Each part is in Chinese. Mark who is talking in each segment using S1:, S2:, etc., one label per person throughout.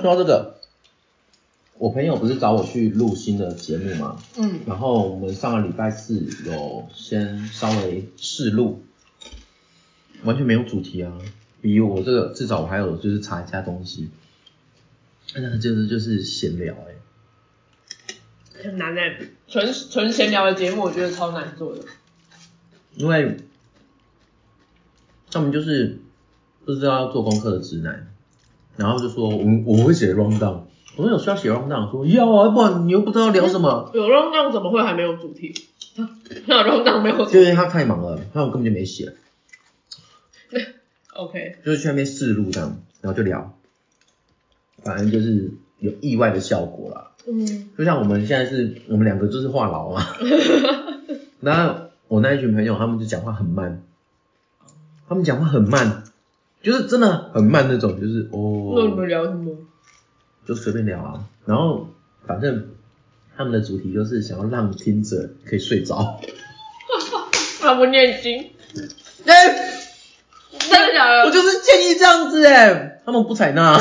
S1: 说到这个，我朋友不是找我去录新的节目吗？
S2: 嗯，
S1: 然后我们上个礼拜四有先稍微试录，完全没有主题啊。比我这个至少我还有就是查一下东西，那就是就是闲聊哎、
S2: 很难哎、纯纯闲聊的节目，我觉得超难做的。
S1: 因为他们就是不知道要做功课的直男，然后就说我们我会写 round down，我说有需要写 round down，说要啊，不然你又不知道聊什么，
S2: 有 round down 怎么会还没有主题？ 那 round down 没有主
S1: 就因为他太忙了，他我根本就没写，
S2: OK，
S1: 就是去那边试录这样，然后就聊，反正就是有意外的效果啦。
S2: 嗯，
S1: 就像我们现在是我们两个就是话痨嘛， 那我那一群朋友他们就讲话很慢，他们讲话很慢，就是真的很慢那种，就是
S2: 那你
S1: 哦，
S2: 们聊什么？
S1: 就随便聊啊，然后反正他们的主题就是想要让听者可以睡 着，
S2: 他不啊念经，
S1: 哎、
S2: 真的假
S1: 我
S2: 的？
S1: 就是建议这样子哎、他们不采纳，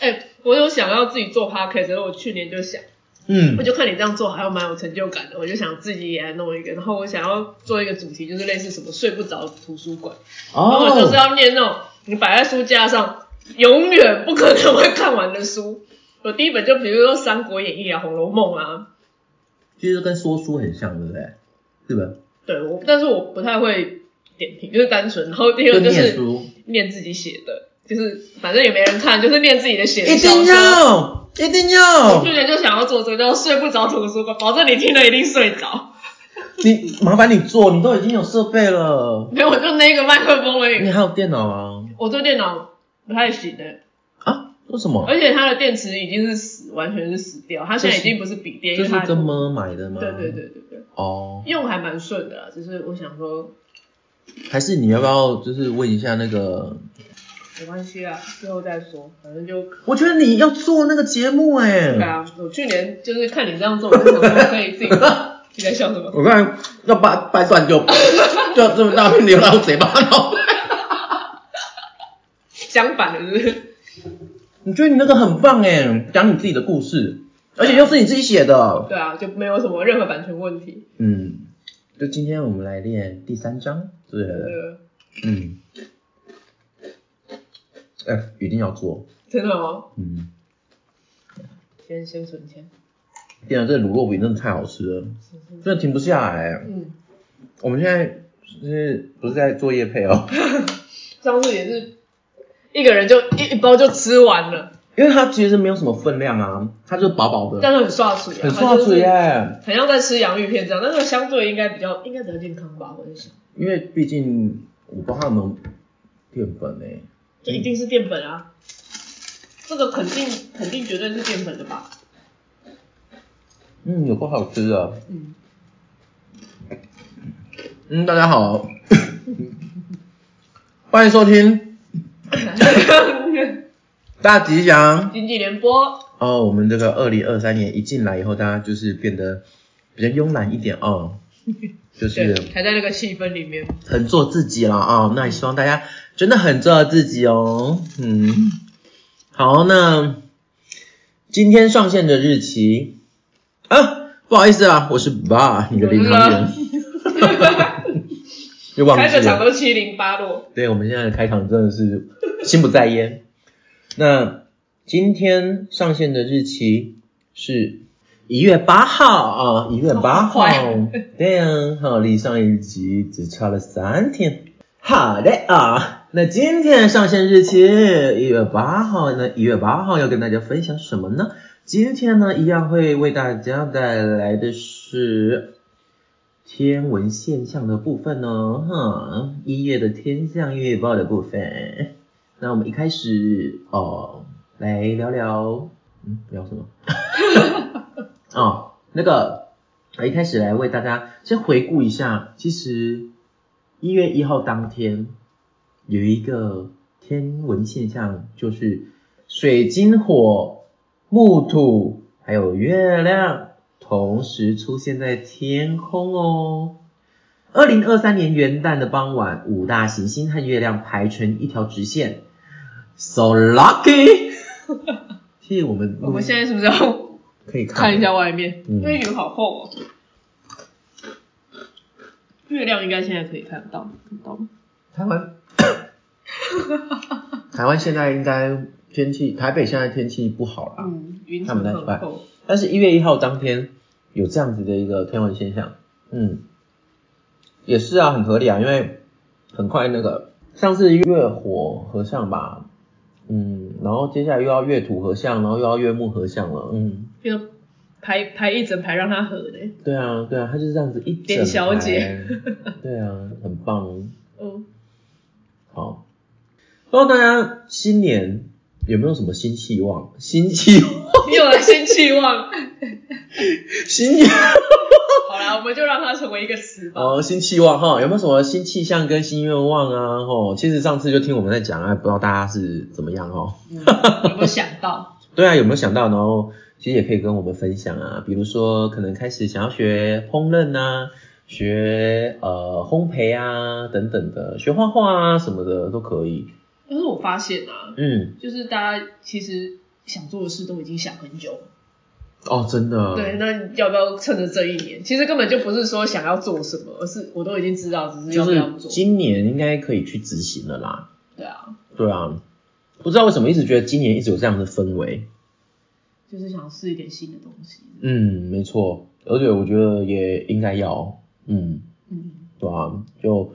S2: 哎、我有想要自己做 podcast，然后我去年就想，
S1: 嗯
S2: 我，就看你这样做，还有蛮有成就感的，我就想自己也来弄一个。然后我想要做一个主题，就是类似什么睡不着图书馆，然后我就是
S1: 哦，
S2: 要念那种你摆在书架上永远不可能会看完的书。我第一本就比如说《三国演义》啊，《红楼梦》啊，
S1: 其实跟说书很像，对不对？是吧？
S2: 对我，但是我不太会点评，就是单纯。然后第二个就
S1: 念
S2: 是
S1: 书，
S2: 念自己写的，就是反正也没人看，就是念自己的写的
S1: 一
S2: 小
S1: 定
S2: 说。
S1: 要，一定要
S2: 我去。年就想要做这个，叫睡不着图书馆，保证你听了一定睡着。
S1: 你麻烦你做，你都已经有设备了，
S2: 没有，我就那个麦克风而已。
S1: 你还有电脑啊？
S2: 我做电脑不太行的、
S1: 啊？为什么？
S2: 而且它的电池已经是死，完全是死掉。它现在已经不是笔电，因
S1: 这
S2: 为
S1: 是
S2: 它
S1: 跟妈买的吗？
S2: 对对。对对对，
S1: 哦，
S2: 用还蛮顺的啦。只是我想说，
S1: 还是你要不要就是问一下那个？
S2: 没关系啦，最后再说，反正就
S1: 我觉得你要做那个节目哎、
S2: 对啊。我去年就是看你这样做，我就想说可以自己。你在笑什 么？
S1: 我看要掰掰蒜就 就这么大片流到嘴巴脑袋。
S2: 相反的，是不是？
S1: 你觉得你那个很棒哎、讲你自己的故事，而且又是你自己写的。
S2: 对啊，就没有什么任何版权问题。
S1: 嗯，就今天我们来练第三章，对
S2: 呃，
S1: 的。嗯，哎、一定要做。
S2: 真的吗？
S1: 嗯。
S2: 先先存钱。
S1: 天啊，这卤肉饼真的太好吃了，真的停不下来。
S2: 嗯，
S1: 我们现在是不是在做夜配哦？
S2: 上次也是一个人就一一包就吃完了，
S1: 因为它其实没有什么分量啊，它就薄薄的，
S2: 但是很刷嘴、啊，
S1: 很刷嘴耶、
S2: 很像在吃洋芋片这样，但是相对应该比较应该比较健康吧，我在想，
S1: 因为毕竟我不知道它有没有淀粉诶、
S2: 就一定是淀粉啊，这个肯定肯定绝对是淀粉的吧，
S1: 嗯，有够好吃的。
S2: 嗯，
S1: 嗯，大家好， 欢迎收听《大吉祥》。
S2: 经济联播，
S1: 哦，我们这个二零二三年一进来以后，大家就是变得比较慵懒一点哦，就是
S2: 对，还在那个气氛里面，
S1: 很做自己了啊、那也希望大家真的很做自己哦。嗯，好，那今天上线的日期啊，不好意思啊，我是爸，你的领航 员，又忘
S2: 开
S1: 记
S2: 个场
S1: 了。
S2: 都七零八落，
S1: 对，我们现在的开场真的是心不在焉。那今天上线的日期是一月八号啊，一月八号
S2: 好快，
S1: 对啊，好，离上一集只差了三天。好的啊，那今天上线日期一月八号，那一月八号要跟大家分享什么呢？今天呢，一样会为大家带来的是天文现象的部分哦，哈，一月的天象月报的部分。那我们一开始哦，来聊聊，嗯，聊什么？哦，那个，呃一开始来为大家先回顾一下，其实一月一号当天有一个天文现象，就是水金火、木土还有月亮同时出现在天空哦。二零二三年元旦的傍晚，五大行星和月亮排成一条直线，so lucky。替我们
S2: 我们现在是不是要
S1: 可以
S2: 看一下外面？
S1: 嗯
S2: 因为雨好厚哦。月亮应该现在可以看得到，看得到吗？
S1: 台 湾，台湾现在应该天气，台北现在天气不好啦，
S2: 嗯，云
S1: 看
S2: 层
S1: 不太出来
S2: 很厚。
S1: 但是，一月一号当天有这样子的一个天文现象，嗯，也是啊，很合理啊，因为很快那个上次月火合相吧，嗯，然后接下来又要月土合相，然后又要月木合相了，嗯，
S2: 就排排一整排让它合的。
S1: 对啊，对啊，它就是这样子一整
S2: 点小
S1: 排
S2: 姐，
S1: 对啊，很棒哦。
S2: 嗯，
S1: 好，不知道大家新年有没有什么新希望？新希
S2: 你有了新期望。
S1: 新年
S2: 好啦，我们就让它成为一个词吧。
S1: 哦，新期望哈，有没有什么新气象跟新愿望啊？吼，其实上次就听我们在讲啊，不知道大家是怎么样哦。
S2: 嗯有没有想到？
S1: 对啊，有没有想到？然后其实也可以跟我们分享啊，比如说可能开始想要学烹饪啊，学呃烘焙啊等等的，学画画啊什么的都可以。
S2: 但是我发现啊，
S1: 嗯，
S2: 就是大家其实想做的事都已经想很久了。
S1: 哦，真的，
S2: 对，，那你要不要趁着这一年？其实根本就不是说想要做什么，而是我都已经知道，只是
S1: 就
S2: 要不要
S1: 是
S2: 做。
S1: 今年应该可以去执行了啦。
S2: 对啊，
S1: 对啊，不知道为什么一直觉得今年一直有这样的氛围。
S2: 就是想试一点新的东西。
S1: 嗯，没错，而且我觉得也应该要，嗯，
S2: 嗯，
S1: 对啊，就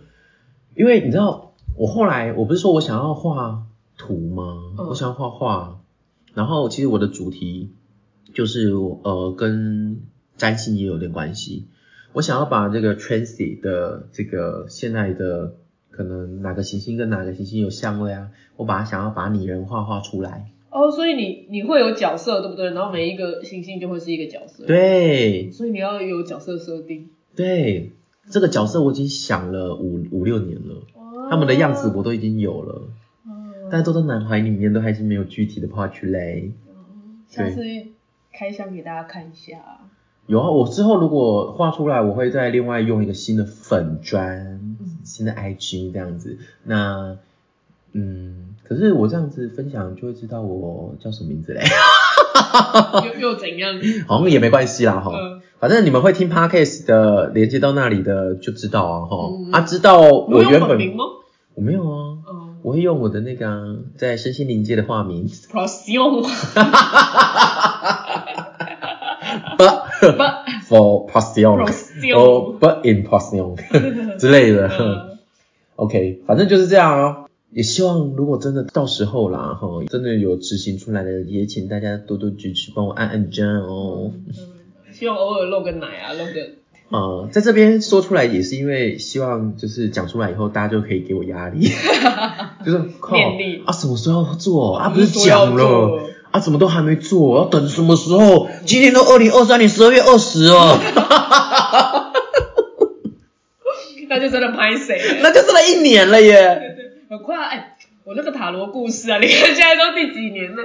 S1: 因为你知道，我后来我不是说我想要画图吗？
S2: 嗯
S1: 我想要画画，然后其实我的主题就是呃跟占星也有点关系。我想要把这个 Trancy 的这个现在的可能哪个行星跟哪个行星有相位啊，我把它想要把拟人化画出来。
S2: 哦，所以你你会有角色对不对？然后每一个行星就会是一个角色。。
S1: 对
S2: 所以你要有角色设定。
S1: 对，这个角色我已经想了五五六年了，他们的样子我都已经有了，
S2: 哦。
S1: 但都在脑海里面，都还是没有具体的画出来。
S2: 下次开箱给大家看一下。
S1: 有啊，我之后如果画出来，我会再另外用一个新的粉砖
S2: 嗯、
S1: 新的 IG 这样子。那，嗯，可是我这样子分享就会知道我叫什么名字嘞，
S2: 又又怎样？
S1: 哦好像也没关系啦哈。
S2: 嗯
S1: 反正你们会听 podcast 的，连接到那里的就知道啊哈。
S2: 嗯
S1: 啊，知道
S2: 你
S1: 我
S2: 有
S1: 原
S2: 本
S1: 本
S2: 名吗？
S1: 我没有啊，
S2: 嗯
S1: 我会用我的那个啊在身心灵界的化名，
S2: ，Procyon
S1: 不
S2: 不
S1: for passion，
S2: Procyon。
S1: 不 in passion 之类的。
S2: 嗯
S1: OK，反正就是这样哦。也希望如果真的到时候啦，哈，真的有执行出来的，也请大家多多支持，帮我按按赞哦。
S2: 希望偶尔露个奶啊，露个
S1: 呃，在这边说出来也是因为希望，就是讲出来以后，大家就可以给我压 力，就是靠
S2: 念力
S1: 啊，什么时候要做啊？不是
S2: 说要
S1: 讲了
S2: 做了
S1: 啊，怎么都还没做？要等什么时候？今天都二零二三年十二月二十哦 了，
S2: 那就真的拍谁了？
S1: 那就是了一年了耶！
S2: 很快啊哎、我那个塔罗故事啊，你看现在都第几年了？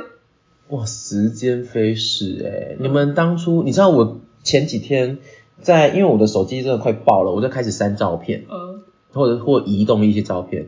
S1: 哇，时间飞逝哎、你们当初你知道我前几天在，因为我的手机真的快爆了，我就开始删照片。
S2: 嗯，
S1: 或者或移动一些照片。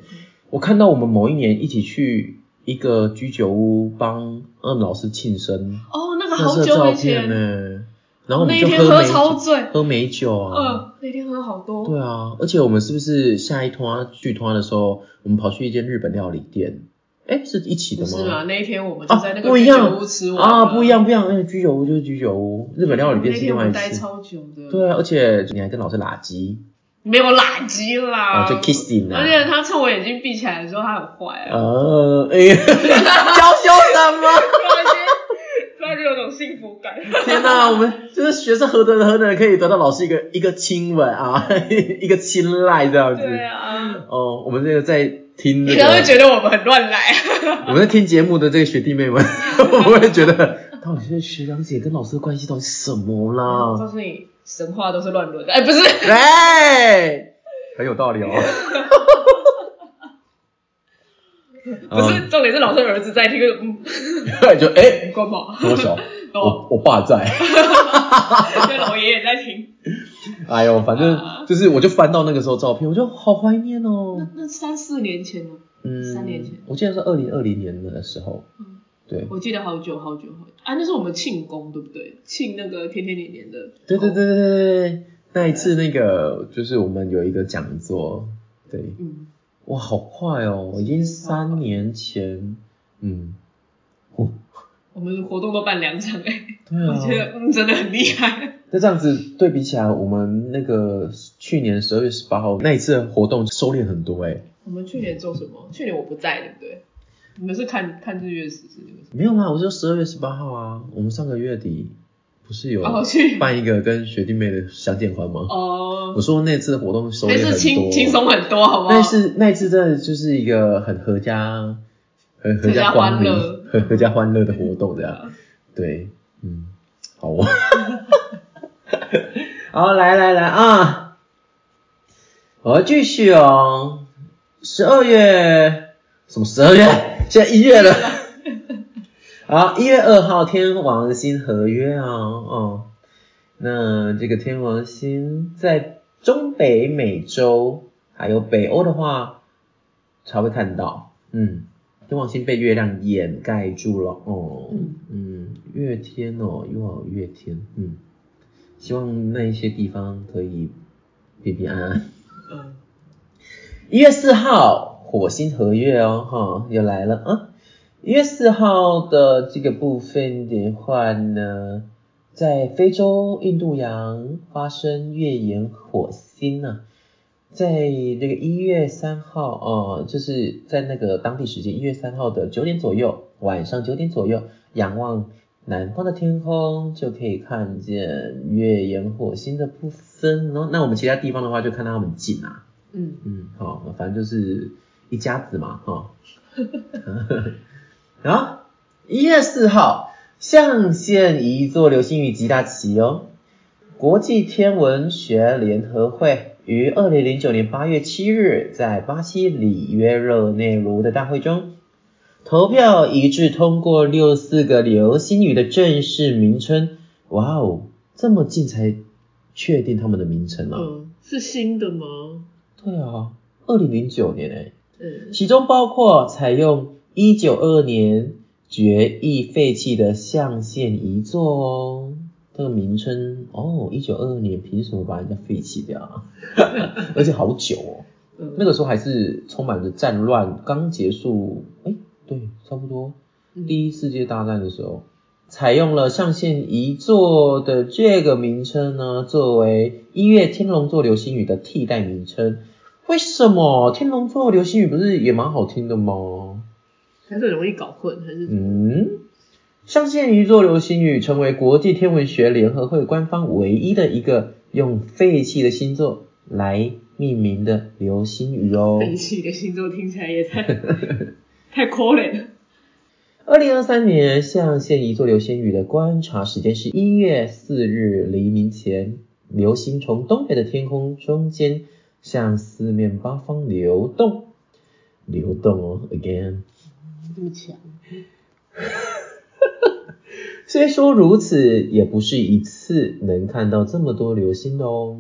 S1: 我看到我们某一年一起去一个居酒屋帮嗯老师庆生，
S2: 哦，那
S1: 那
S2: 个好
S1: 是
S2: 久
S1: 照
S2: 以
S1: 片呢、
S2: 前，
S1: 然后我
S2: 那
S1: 们
S2: 一
S1: 就
S2: 天
S1: 喝
S2: 喝
S1: 美
S2: 超
S1: 酒
S2: 醉
S1: 喝美酒啊。
S2: 嗯，那天喝好多，
S1: 对啊，而且我们是不是下一团剧团的时候，我们跑去一间日本料理店？哎，是一起的
S2: 不
S1: 吗？
S2: 是啊，那一天我们就在那
S1: 啊不
S2: 个
S1: 一
S2: 居
S1: 样
S2: 酒屋吃完
S1: 啊，
S2: 了
S1: 不一，样，不一样，那个居酒屋就是居酒屋，日本料理店是另外
S2: 那
S1: 一
S2: 天我们待
S1: 次。
S2: 超久的，，
S1: 对啊，而且你还跟老师拉鸡，
S2: 没有垃圾啦，
S1: 啊，就 kissing 啊。
S2: 而且他趁我眼睛闭起来的时候，他很坏啊，
S1: 呃，哎、呀， 娇羞什么？
S2: 突然间，突然就有种幸福感，
S1: 天哪、我们就是学生何德何能可以得到老师一个一个亲吻啊， 一个青睐这样子。
S2: 对啊，
S1: 哦，我们这个在听这
S2: 然后就
S1: 个，
S2: 觉得我们很乱来，
S1: 我们在听节目的这个学弟妹们， 我会觉得到底是学长姐跟老师的关系到底是什么
S2: 我
S1: 啦
S2: 告？诉你，神话都是乱伦的，哎，不是。
S1: 哎，很有道理哦。 啊
S2: 不是，重点是老师儿子在听， 嗯，
S1: 嗯， 就哎、
S2: 关嘛，
S1: 多小，
S2: 哦
S1: 我我爸在。
S2: 对，老爷爷在听。
S1: 哎呦，反
S2: 啊
S1: 正就是，我就翻到那个时候照片，我就好怀念哦。
S2: 那那三四年前呢？
S1: 嗯，
S2: 三年前
S1: 我记得是二零二零年的时候，
S2: 嗯
S1: 对，
S2: 我记得好久好久好久啊，那是我们庆功对不对？庆那个天天年年的，
S1: 对对对对对
S2: 哦
S1: 对，那一次那个就是我们有一个讲座，对，
S2: 嗯，
S1: 哇，好快哦，已经三年前，嗯，哦，
S2: 我们活动都办两场哎、
S1: 对
S2: 我觉
S1: 啊，
S2: 得嗯真的很厉害，
S1: 那这样子对比起来，我们那个去年十二月十八号那一次的活动收敛很多哎，
S2: 我们去年做什么？去年我不在对不对？你们是看看日月食是你们是？
S1: 没有啦，我说十二月十八号啊，我们上个月底不是有
S2: 哦，去
S1: 办一个跟学弟妹的相见欢吗？
S2: 哦
S1: 我，说那次的活动收
S2: 还
S1: 敛
S2: 是
S1: 很
S2: 轻
S1: 多，
S2: 轻松很多好不好？
S1: 但是那一次真的就是一个很合家、很合家光临
S2: 合家欢乐、
S1: 很合家欢乐的活动，这
S2: 对
S1: 样
S2: 啊，
S1: 对，嗯，好 哦，好，来来来啊，我要继续哦，十二月什么十二月？现在一月了，好，一月二号天王星合约啊、哦，哦，那这个天王星在中北美洲还有北欧的话，才会看到，嗯，天王星被月亮掩盖住了，哦，
S2: 嗯
S1: 嗯，月天哦，又好月天，嗯，希望那一些地方可以平平安安。
S2: 嗯，
S1: 一月四号，火星合月哦，哈，又来了啊！一月四号的这个部分的话呢，在非洲印度洋发生月掩火星呢、在这个一月三号哦，就是在那个当地时间一月三号的九点左右，晚上九点左右，仰望南方的天空就可以看见月掩火星的部分哦。那我们其他地方的话，就看到它们近啊。
S2: 嗯，
S1: 嗯，好，反正就是一家子嘛，哦哈、 然后一月四号，象限一座流星雨极大期哦。国际天文学联合会于二零零九年八月七日在巴西里约热内卢的大会中，投票一致通过六四个流星雨的正式名称。哇哦，这么近才确定他们的名称啊？
S2: 嗯，是新的吗？
S1: 对啊，二零零九年哎、
S2: 嗯，
S1: 其中包括采用一九二年决议废弃的象限遗作哦，这个名称哦，一九二二年凭什么把人家废弃掉啊？ 而且好久哦，
S2: 嗯
S1: 那个时候还是充满着战乱，刚结束，哎，对，差不多第一世界大战的时候，采用了象限遗座的这个名称呢，作为一月天龙座流星雨的替代名称。为什么天龙座流星雨不是也蛮好听的吗？
S2: 还是很容易搞混，还是
S1: 嗯，象限遗座流星雨成为国际天文学联合会官方唯一的一个用废弃的星座来命名的流星雨 哦。
S2: 废弃的星座听起来也太太可怜了。
S1: 二零二三年象限一座流星雨的观察时间是一月四日黎明前，流星从东北的天空中间向四面八方流动，流动哦，again。
S2: 这么强，
S1: 虽说如此，也不是一次能看到这么多流星的哦。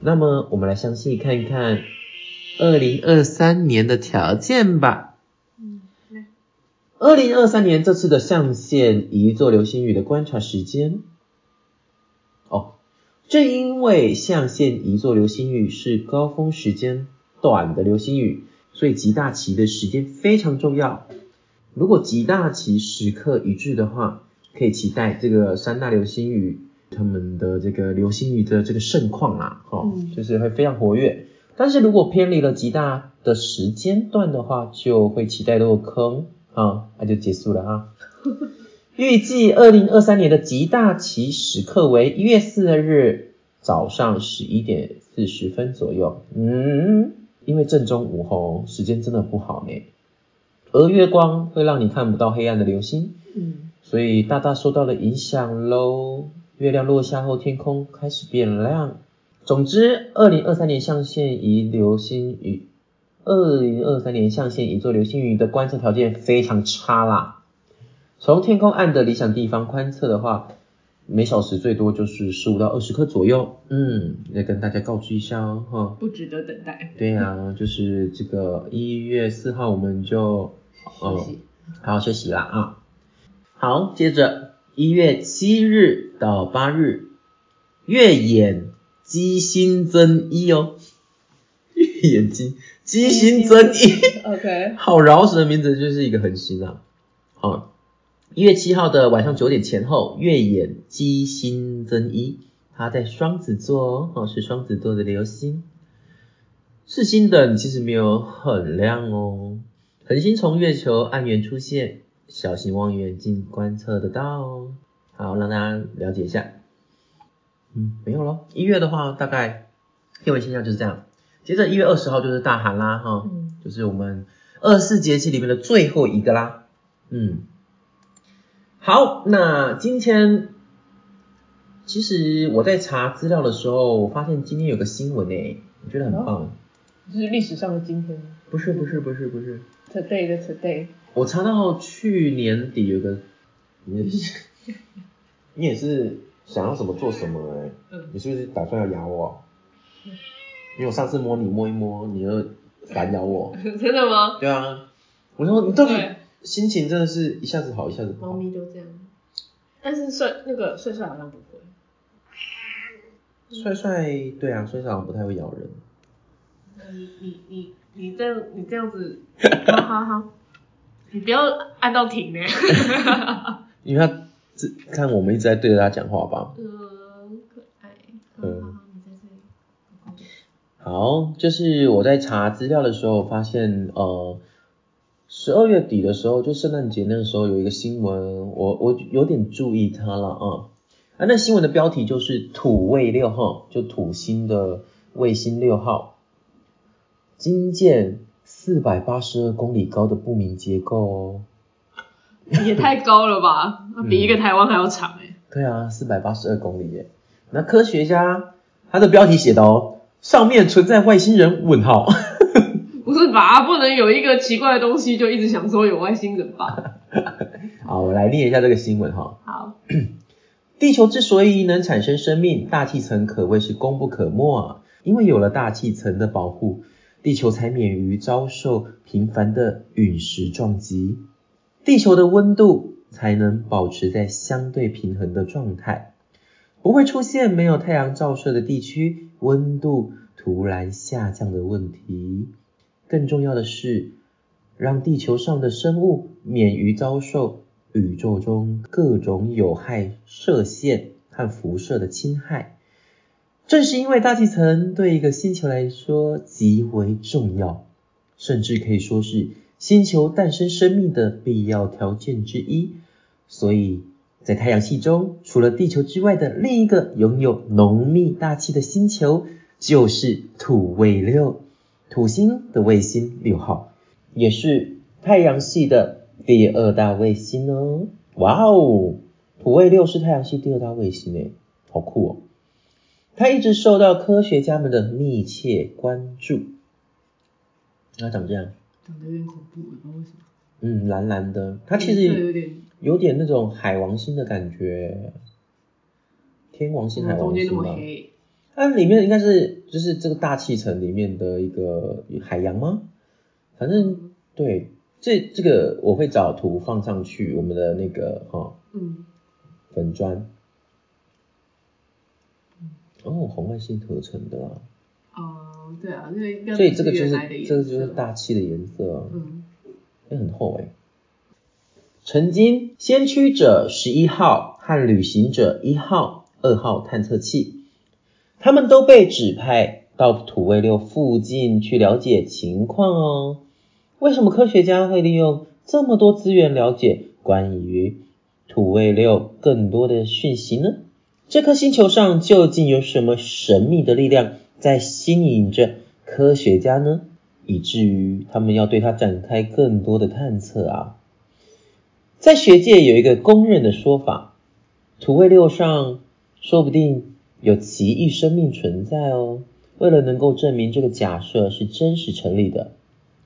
S1: 那么，我们来详细看看二零二三年的条件吧。
S2: 嗯，来
S1: 二零二三年这次的象限一座流星雨的观察时间，哦，正因为象限一座流星雨是高峰时间短的流星雨，所以极大期的时间非常重要。如果极大期时刻一致的话，可以期待这个三大流星雨它们的这个流星雨的这个盛况啦、哦，
S2: 嗯
S1: 就是会非常活跃。但是如果偏离了极大的时间段的话，就会期待落空啊，那就结束了啊。预计二零二三年的极大期时刻为一月四日早上十一点四十分左右。嗯，因为正中午后时间真的不好呢，而月光会让你看不到黑暗的流星，
S2: 嗯，
S1: 所以大大受到了影响喽。月亮落下后，天空开始变亮。总之，二零二三年象限仪流星雨，二零二三年象限仪座流星雨的观测条件非常差啦。从天空暗的理想地方观测的话，每小时最多就是十五到二十颗左右。嗯，也跟大家告知一下哦，哈。
S2: 不值得等待。
S1: 对啊呀、就是这个一月四号我们就
S2: 休息
S1: 好好休息啦啊。好，接着一月七日到八日，月演鸡心增一哦，月演鸡鸡心增一。
S2: OK，
S1: 好饶舌的名字就是一个恒星啊。好，一月七号的晚上九点前后，月演鸡星增一，它在双子座哦，哦是双子座的流星。四星等其实没有很亮哦，恒星从月球暗源出现，小型望远镜观测得到哦。好，让大家了解一下。嗯，没有了。一月的话，大概天文现象就是这样。接着一月二十号就是大寒啦，哈、
S2: 嗯
S1: 就是我们二十四节气里面的最后一个啦。嗯，好，那今天其实我在查资料的时候，我发现今天有个新闻诶、我觉得很棒。
S2: 就是历史上的今天
S1: 不是不是不是不是，
S2: ，today 的 today，
S1: 我查到去年底有个，你也是 你也是想要什么做什么哎、
S2: 嗯，
S1: 你是不是打算要咬我？因为我上次摸你摸一摸，你又反咬我。
S2: 真的吗？
S1: 对啊，我说你到底
S2: 对
S1: 心情真的是一下子好，一下子不
S2: 猫
S1: 好。
S2: 咪就这样，但是帅那个帅帅好像不会，
S1: 帅帅，对啊，帅帅好像不太会咬人。
S2: 你你你你这样你这样子， 好好好，你不要按到停呢。
S1: 因为他这看我们一直在对着他讲话吧。
S2: 嗯，可爱。
S1: 嗯
S2: 好好好，你在这里。好
S1: 好，就是我在查资料的时候发现，呃，十二月底的时候，就圣诞节那个时候有一个新闻，我我有点注意它了啊。啊，那新闻的标题就是土卫六号，就土星的卫星六号，惊见四百八十二公里高的不明结构哦。
S2: 也太高了吧，比一个台湾还要长哎、
S1: 对啊，四百八十二公里耶。那科学家他的标题写的哦，上面存在外星人？问号。
S2: 不是吧？不能有一个奇怪的东西就一直想说有外星人吧？
S1: 好，我来念一下这个新闻哈。
S2: 好，
S1: 地球之所以能产生生命，大气层可谓是功不可没啊。因为有了大气层的保护，地球才免于遭受频繁的陨石撞击，地球的温度才能保持在相对平衡的状态，不会出现没有太阳照射的地区温度突然下降的问题。更重要的是，让地球上的生物免于遭受宇宙中各种有害射线和辐射的侵害。正是因为大气层对一个星球来说极为重要，甚至可以说是星球诞生生命的必要条件之一，所以在太阳系中，除了地球之外的另一个拥有浓密大气的星球，就是土卫六，土星的卫星六号。也是太阳系的第二大卫星哦。哇哦，土卫六是太阳系第二大卫星诶，好酷哦！它一直受到科学家们的密切关注。它长这样，
S2: 长得有点恐怖，不知道为什么。
S1: 嗯，蓝蓝的，它其
S2: 颜色有
S1: 实
S2: 点
S1: 有点那种海王星的感觉，天王星、海
S2: 嗯中
S1: 王
S2: 间那
S1: 星
S2: 么
S1: 嘛。
S2: 黑，
S1: 它里面应该是就是这个大气层里面的一个海洋吗？反正
S2: 嗯
S1: 对，这这个我会找图放上去我们的那个哈、哦、
S2: 嗯，
S1: 粉砖。哦，红外线合成的啦，
S2: 哦，对啊，这应该
S1: 所以这个
S2: 不
S1: 就是
S2: 原来的颜
S1: 这
S2: 色
S1: 个就是，大气的颜色啊，
S2: 嗯，
S1: 也很厚哎、曾经，先驱者十一号和旅行者一号、二号探测器，他们都被指派到土卫六附近去了解情况哦。为什么科学家会利用这么多资源了解关于土卫六更多的讯息呢？这颗星球上究竟有什么神秘的力量在吸引着科学家呢？以至于他们要对它展开更多的探测啊。在学界有一个公认的说法，土卫六上说不定有奇异生命存在哦。为了能够证明这个假设是真实成立的，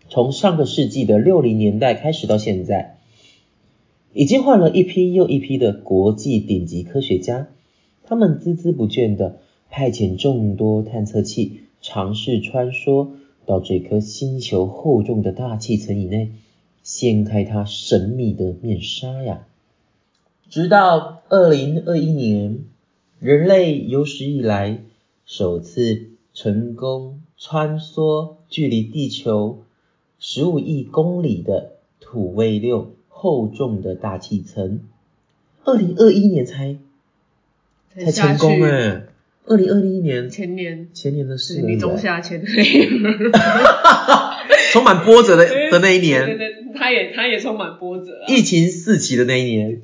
S1: 从上个世纪的六零年代开始到现在，已经换了一批又一批的国际顶级科学家，他们孜孜不倦地派遣众多探测器尝试穿梭到这颗星球厚重的大气层以内，掀开它神秘的面纱呀。直到二零二一年，人类有史以来首次成功穿梭距离地球十五亿公里的土卫六厚重的大气层。二零二一年才 才
S2: 下
S1: 成
S2: 去
S1: 功哎，二零二一年
S2: 前年
S1: 前年的
S2: 是
S1: 事了啊
S2: 李
S1: 耶，
S2: 宗夏前女
S1: 充满波折的 的那一年
S2: 对。对对，他也他也充满波折啊，
S1: 疫情四起的那一年，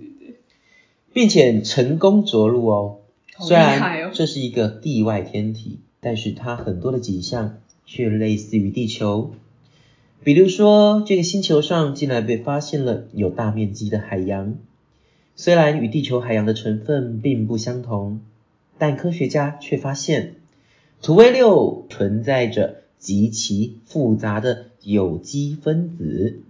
S1: 并且成功着陆哦。
S2: 好厉
S1: 虽
S2: 害哦
S1: 然，这是一个地外天体，但是它很多的景象却类似于地球。比如说，这个星球上竟然被发现了有大面积的海洋，虽然与地球海洋的成分并不相同，但科学家却发现土卫六存在着极其复杂的有机分子。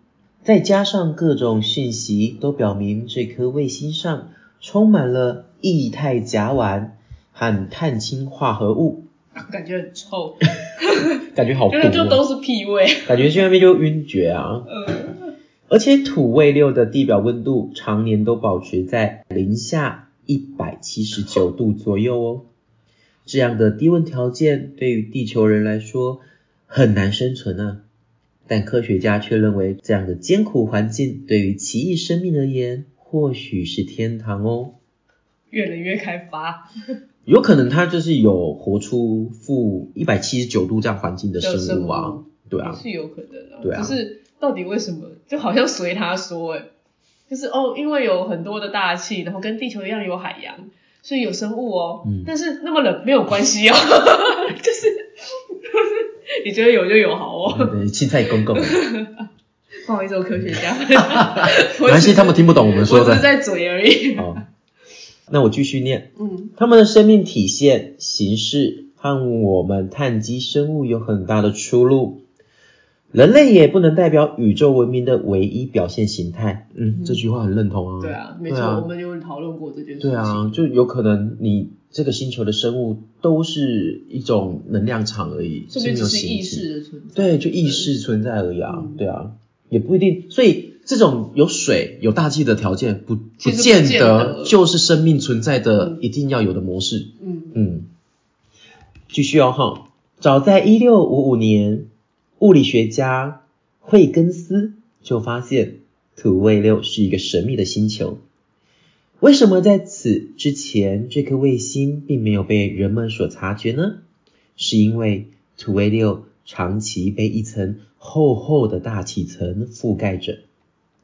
S1: 再加上各种讯息都表明这颗卫星上充满了液态甲烷和碳氢化合物，
S2: 感觉很臭，
S1: 感觉好毒、
S2: 就是就
S1: 哦，
S2: 都是屁味。
S1: 感觉去那边就晕厥啊！
S2: 嗯，
S1: 而且土卫六的地表温度常年都保持在零下一百七十九度左右哦。这样的低温条件对于地球人来说很难生存啊，但科学家却认为这样的艰苦环境对于奇异生命而言或许是天堂哦。
S2: 越冷越开发
S1: 有可能它就是有活出负一百七十九度这样环境的
S2: 的
S1: 生
S2: 生
S1: 物啊
S2: 物，
S1: 对啊，
S2: 是有可能的、
S1: 对啊
S2: 就是到底为什么，就好像随他说、哎，就是哦，因为有很多的大气，然后跟地球一样有海洋，所以有生物哦。
S1: 嗯
S2: 但是那么冷没有关系哦， 就是就是 你觉得有就有好哦。
S1: 对，青菜公啊公，没
S2: 不好意思，我科学家， 我
S1: 关系，
S2: 只
S1: 他们听不懂我们说
S2: 我只是
S1: 的。
S2: 在嘴而已。
S1: 好，那我继续念。
S2: 嗯，
S1: 它们的生命体现、形式和我们碳基生物有很大的出入。人类也不能代表宇宙文明的唯一表现形态。嗯，
S2: 嗯
S1: 这句话很认同啊。
S2: 对啊，没错，
S1: 对啊
S2: 我们有讨论过这件事情。
S1: 对啊，就有可能你这个星球的生物都是一种能量场而已，
S2: 这
S1: 是没
S2: 边
S1: 有
S2: 只是
S1: 形
S2: 意
S1: 体
S2: 识的存在。
S1: 对，就意识存在而已啊，
S2: 嗯
S1: 对啊，也不一定。所以这种有水、有大气的条件，不不
S2: 其实不
S1: 见
S2: 见
S1: 得
S2: 得
S1: 就是生命存在的
S2: 嗯
S1: 一定要有的模式。
S2: 嗯，
S1: 嗯，继续哦哈。早在一六五五年，物理学家惠根斯就发现土卫六是一个神秘的星球。为什么在此之前这颗卫星并没有被人们所察觉呢？是因为土卫六长期被一层厚厚的大气层覆盖着，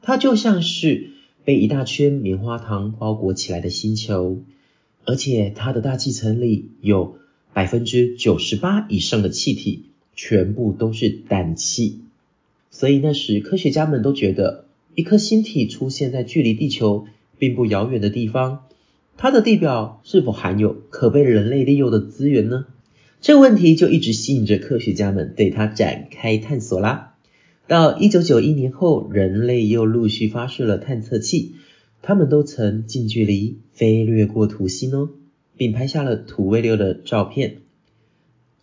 S1: 它就像是被一大圈棉花糖包裹起来的星球，而且它的大气层里有百分之九十八以上的气体全部都是氮气，所以那时科学家们都觉得，一颗星体出现在距离地球并不遥远的地方，它的地表是否含有可被人类利用的资源呢？这个问题就一直吸引着科学家们对它展开探索啦。到一九九一年后，人类又陆续发射了探测器，他们都曾近距离飞掠过土星哦，并拍下了土卫六的照片。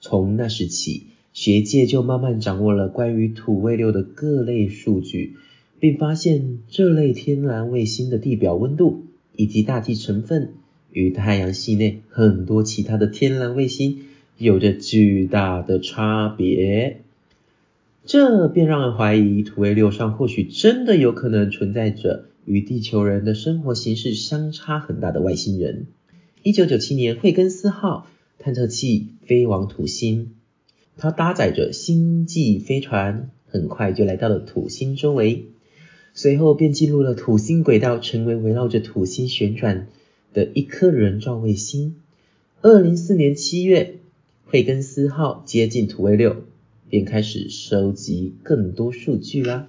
S1: 从那时起，学界就慢慢掌握了关于土卫六的各类数据，并发现这类天然卫星的地表温度以及大气成分与太阳系内很多其他的天然卫星有着巨大的差别。这便让人怀疑土卫六上或许真的有可能存在着与地球人的生活形式相差很大的外星人。一九九七年，惠根斯号探测器飞往土星，它搭载着星际飞船，很快就来到了土星周围，随后便进入了土星轨道，成为围绕着土星旋转的一颗人造卫星。二零四年七月，惠根斯号接近土卫六，便开始收集更多数据啦。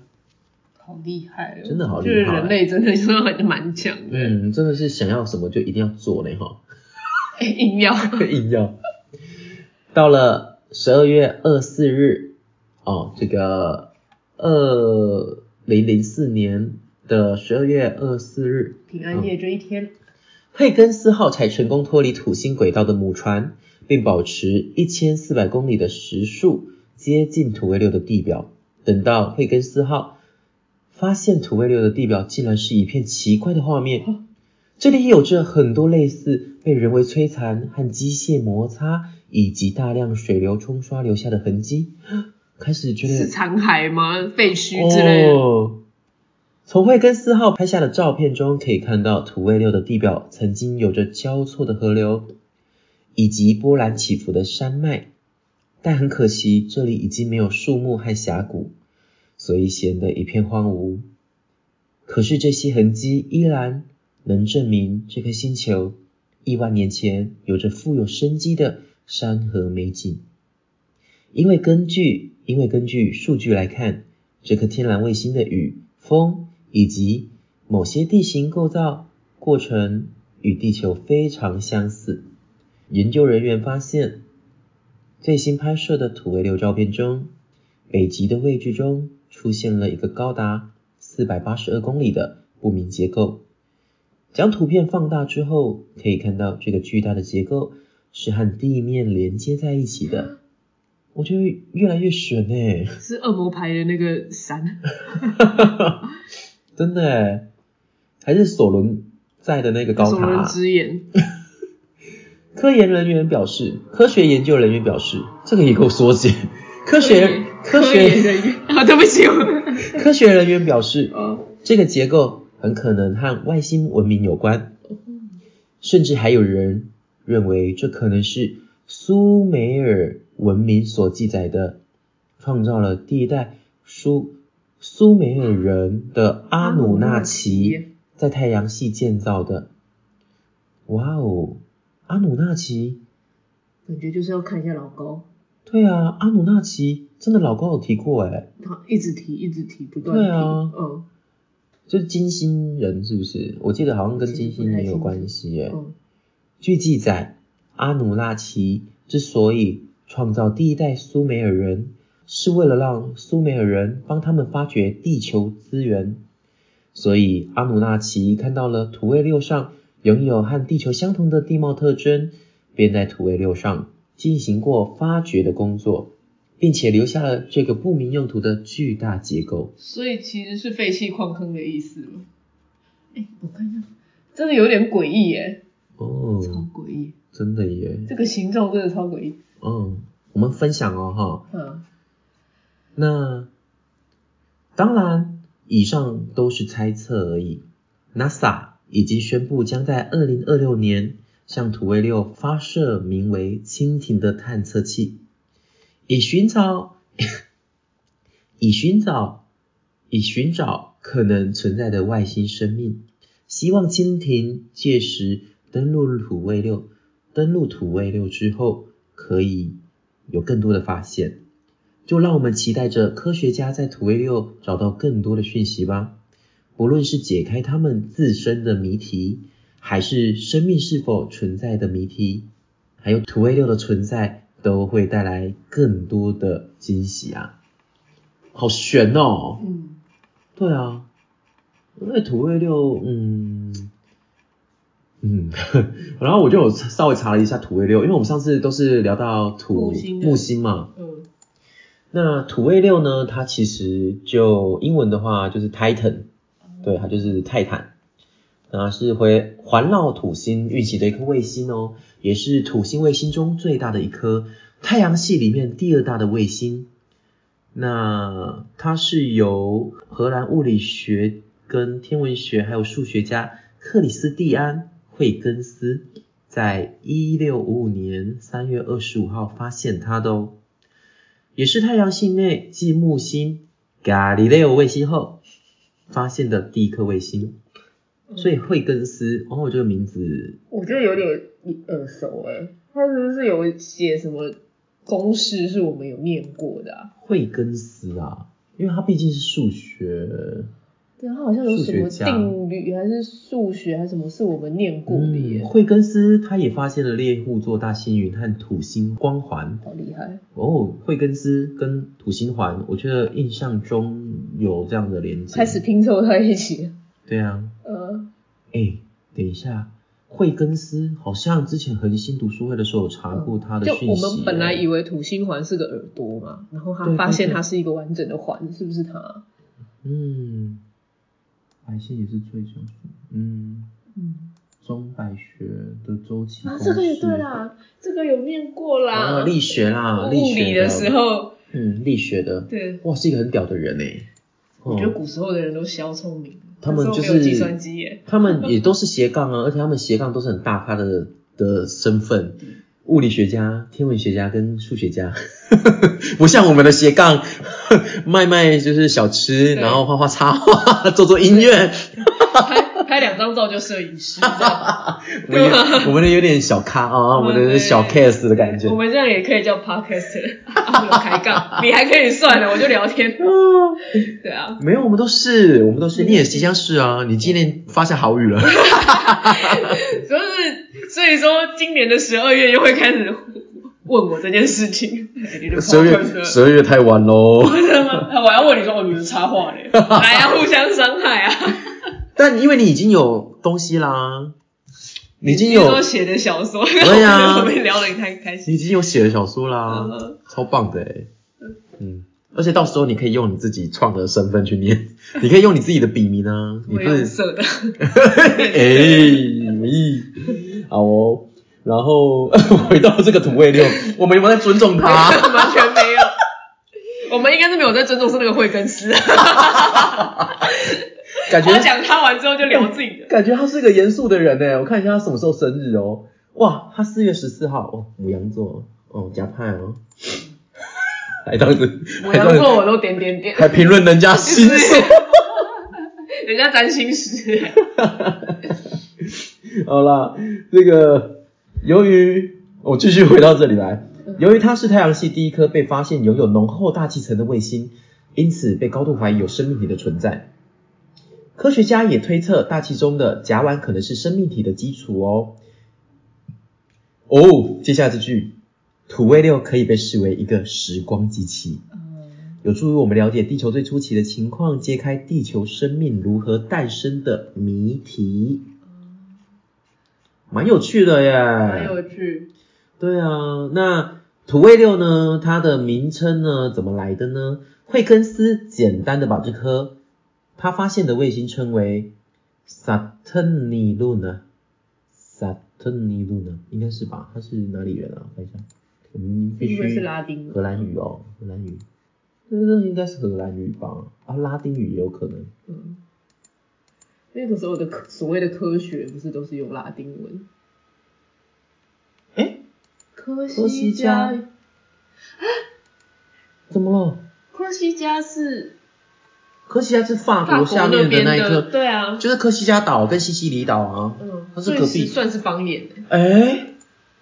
S2: 好厉害哦！
S1: 真的好厉害
S2: 就是人类真的是很蛮强的，
S1: 嗯，真的是想要什么就一定要做呢哈。
S2: 哎硬要。
S1: 硬要。到了十二月二四日，哦，这个二零零四年的十二月二四日，
S2: 平安夜这一天，
S1: 嗯惠根斯号才成功脱离土星轨道的母船，并保持一千四百公里的时速接近土卫六的地表。等到惠根斯号发现土卫六的地表竟然是一片奇怪的画面，这里有着很多类似被人为摧残和机械摩擦以及大量水流冲刷留下的痕迹。 开始觉得
S2: 是残骸吗？废墟之类的。
S1: 哦。从慧跟四号拍下的照片中可以看到，土卫六的地表曾经有着交错的河流，以及波澜起伏的山脉，但很可惜，这里已经没有树木和峡谷，所以显得一片荒芜。可是这些痕迹依然能证明这颗星球亿万年前有着富有生机的山河美景。因为根据因为根据数据来看，这颗天然卫星的雨、风以及某些地形构造过程与地球非常相似。研究人员发现，最新拍摄的土卫六照片中，北极的位置中出现了一个高达四百八十二公里的不明结构。将图片放大之后，可以看到这个巨大的结构是和地面连接在一起的。我觉得越来越悬哎、
S2: 是恶魔牌的那个山，
S1: 真的耶，还是索伦在的那个高
S2: 守人
S1: 塔。
S2: 之眼。
S1: 科研人员表示，科学研究人员表示，这个也够缩写。科学科
S2: 研
S1: 学
S2: 人员 啊，对不起，我
S1: 科学人员表示，
S2: 哦，
S1: 这个结构很可能和外星文明有关，甚至还有人认为这可能是苏美尔文明所记载的，创造了第一代苏苏美尔人的阿努纳
S2: 阿努纳
S1: 奇
S2: 奇
S1: 在太阳系建造的。哇哦，阿努纳奇，
S2: 感觉就是要看一下老高，
S1: 对啊，阿努纳奇真的老高有提过哎，
S2: 他一直提，一直提，不断
S1: 对
S2: 提，
S1: 啊
S2: 嗯
S1: 就是金星人是不是？我记得好像跟金星人有关系哎。
S2: 嗯，
S1: 据记载，阿努纳奇之所以创造第一代苏美尔人，是为了让苏美尔人帮他们发掘地球资源。所以，阿努纳奇看到了土卫六上拥有和地球相同的地貌特征，便在土卫六上进行过发掘的工作，并且留下了这个不明用途的巨大结构。
S2: 所以其实是废弃矿坑的意思嘛。哎、我看一下，真的有点诡异耶，
S1: 哦，
S2: 超诡异，
S1: 真的耶，
S2: 这个形状真的超诡异，
S1: 嗯，我们分享哦哈。
S2: 嗯，
S1: 那当然，以上都是猜测而已。NASA 已经宣布将在二零二六年向土卫六发射名为“蜻蜓”的探测器，以寻找 以寻找以寻找可能存在的外星生命。希望蜻蜓届时登陆土卫六，登陆土卫六之后，可以有更多的发现。就让我们期待着科学家在土卫六找到更多的讯息吧。不论是解开他们自身的谜题，还是生命是否存在的谜题，还有土卫六的存在，都会带来更多的惊喜啊！好悬哦！
S2: 嗯，
S1: 对啊，因为土卫六，嗯嗯， 然后我就有稍微查了一下土卫六，因为我们上次都是聊到土
S2: 木星的
S1: 木星嘛，
S2: 嗯，
S1: 那土卫六呢？它其实就英文的话就是 Titan，对，它就是泰坦。那是会环绕土星运行的一颗卫星哦，也是土星卫星中最大的一颗，太阳系里面第二大的卫星。那它是由荷兰物理学跟天文学还有数学家克里斯蒂安·惠根斯在一六五五年三月二十五号发现它的哦。也是太阳系内继木星伽利略卫星后发现的第一颗卫星。
S2: 嗯
S1: 所以惠更斯，哦，这个名字，
S2: 我觉得有点耳熟哎，他是不是有写什么公式是我们有念过的啊？
S1: 惠更斯啊，因为它毕竟是数学，
S2: 对，它好像有什么
S1: 数学家
S2: 定律还是数学还是什么，是我们念过的耶，
S1: 惠更斯他也发现了猎户座大星云和土星光环。
S2: 好厉害。
S1: 哦，惠更斯跟土星环，我觉得印象中有这样的连接。
S2: 开始。拼凑在一起。
S1: 对啊，
S2: 呃，
S1: 哎，等一下，惠更斯好像之前恒星读书会的时候有查过他的
S2: 嗯就
S1: 讯息耶。
S2: 我们本来以为土星环是个耳朵嘛，然后他
S1: 对
S2: 发现
S1: 对对
S2: 它是一个完整的环，是不是它？
S1: 嗯，白线也是最常数。嗯，
S2: 嗯，
S1: 中百学的周期公
S2: 啊，
S1: 式。
S2: 这个也对啦，这个有念过啦
S1: 哦，，力学啦，
S2: 物
S1: 力
S2: 理
S1: 学
S2: 的时，候，
S1: 嗯，力学的，
S2: 对，
S1: 哇，是一个很屌的人哎。
S2: 我觉得
S1: 哦，
S2: 古时候的人都小聪明，
S1: 他们
S2: 那时候
S1: 就是
S2: 没有计算机耶，
S1: 他们也都是斜杠啊，而且他们斜杠都是很大咖的的身份，物理学家、天文学家跟数学家， 不像我们的斜杠， 卖卖就是小吃，
S2: 对
S1: 然后画画插画，做做音乐，
S2: 拍拍两张照就摄影师，这样
S1: 我们有我们的有点小咖 啊，我们的是小 case 的感觉
S2: 我。们这样也可以叫 podcast，啊没有 抬杠，你还可以算了，我就聊天，对啊，
S1: 哦没有，我们都是，我们都是，你也即将是啊，你今年发下好雨了。
S2: 所以所以说今年的十二月又会开始问我这件事情，你的
S1: 十二
S2: podcast
S1: 月，十二月太晚喽。
S2: 真的吗？ 我要问你说，哦，你们插话 嘞，来呀、互相伤害啊！
S1: 但因为你已经有东西啦，你已经
S2: 你说
S1: 有，
S2: 写的小说，
S1: 对啊
S2: 我们聊得太开
S1: 你
S2: 心。
S1: 已经有写的小说
S2: 嗯
S1: 啦，
S2: 嗯
S1: 超棒的欸嗯，而且到时候你可以用你自己创的身份去念，你可以用你自己的笔名啊，你
S2: 我
S1: 不
S2: 用
S1: 是
S2: 色的，
S1: 哎，好哦。然后 回到这个土味六，我们有没有在尊重他？
S2: 完全没有。我们应该是没有在尊重是那个慧根师。
S1: 感觉
S2: 我讲他完之后就聊自己的。
S1: 感觉他是个严肃的人呢。我看一下他什么时候生日哦。哇，他四月十四号哦，母羊座哦，假派哦， 还当时
S2: 我
S1: 还
S2: 要
S1: 当时
S2: 做我都点点点，
S1: 还评论人家星座。
S2: 人家占 星师。
S1: 好啦，这个由于我继续回到这里来，由于它是太阳系第一颗被发现拥有浓厚大气层的卫星，因此被高度怀疑有生命体的存在。科学家也推测大气中的甲烷可能是生命体的基础哦。哦，接下来这句，土卫六可以被视为一个时光机器。有助于我们了解地球最初期的情况，揭开地球生命如何诞生的谜题，蛮有趣的耶。
S2: 很嗯有趣，
S1: 对啊，那土卫六呢？它的名称呢，怎么来的呢？惠更斯简单的把这颗他发现的卫星称为 Saturni Luna。Saturni Luna 应该是吧？他是哪里人啊？我看一下，我们必
S2: 因为
S1: 须
S2: 是拉丁文
S1: 荷兰语哦，荷兰语，这这应该是荷兰语吧？啊，拉丁语也有可能。
S2: 嗯，那个时候的科所谓的科学不是都是用拉丁文？
S1: 哎，
S2: 科
S1: 科西嘉，啊怎么了？
S2: 科西嘉是
S1: 科西嘉是法国
S2: 法国
S1: 下面
S2: 边
S1: 那一
S2: 的，
S1: 颗，
S2: 对啊，
S1: 就是科西嘉岛跟西西里岛啊。
S2: 嗯，
S1: 它是
S2: 所以
S1: 隔壁
S2: 算是方言欸，
S1: 哎、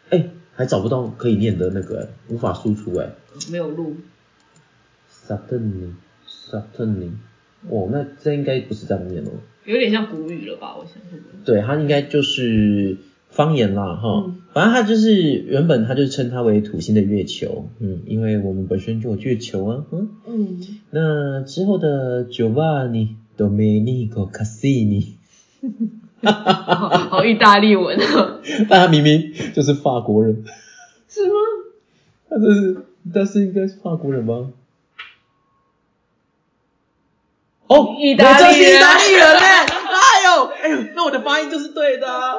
S1: 哎、还找不到可以念的那个、无法输出哎、
S2: 没有录，
S1: s a t u r n s a t u r n 哦，那这应该不是这样念哦。
S2: 有点像古语了吧？我想会不会？
S1: 对，它应该就是方言啦哈。
S2: 嗯
S1: 反正它就是原本它就称它为土星的月球，嗯，因为我们本身就有月球啊，嗯。
S2: 嗯，
S1: 那之后的 Giovanni Domenico Cassini，
S2: 好好意大利文啊，
S1: 但他明明就是法国人，
S2: 是吗？
S1: 他这是，但是应该是法国人吗？哦，
S2: 意大利人
S1: 我就是意大利人嘞！哎呦，哎呦，那我的发音就是对的、啊。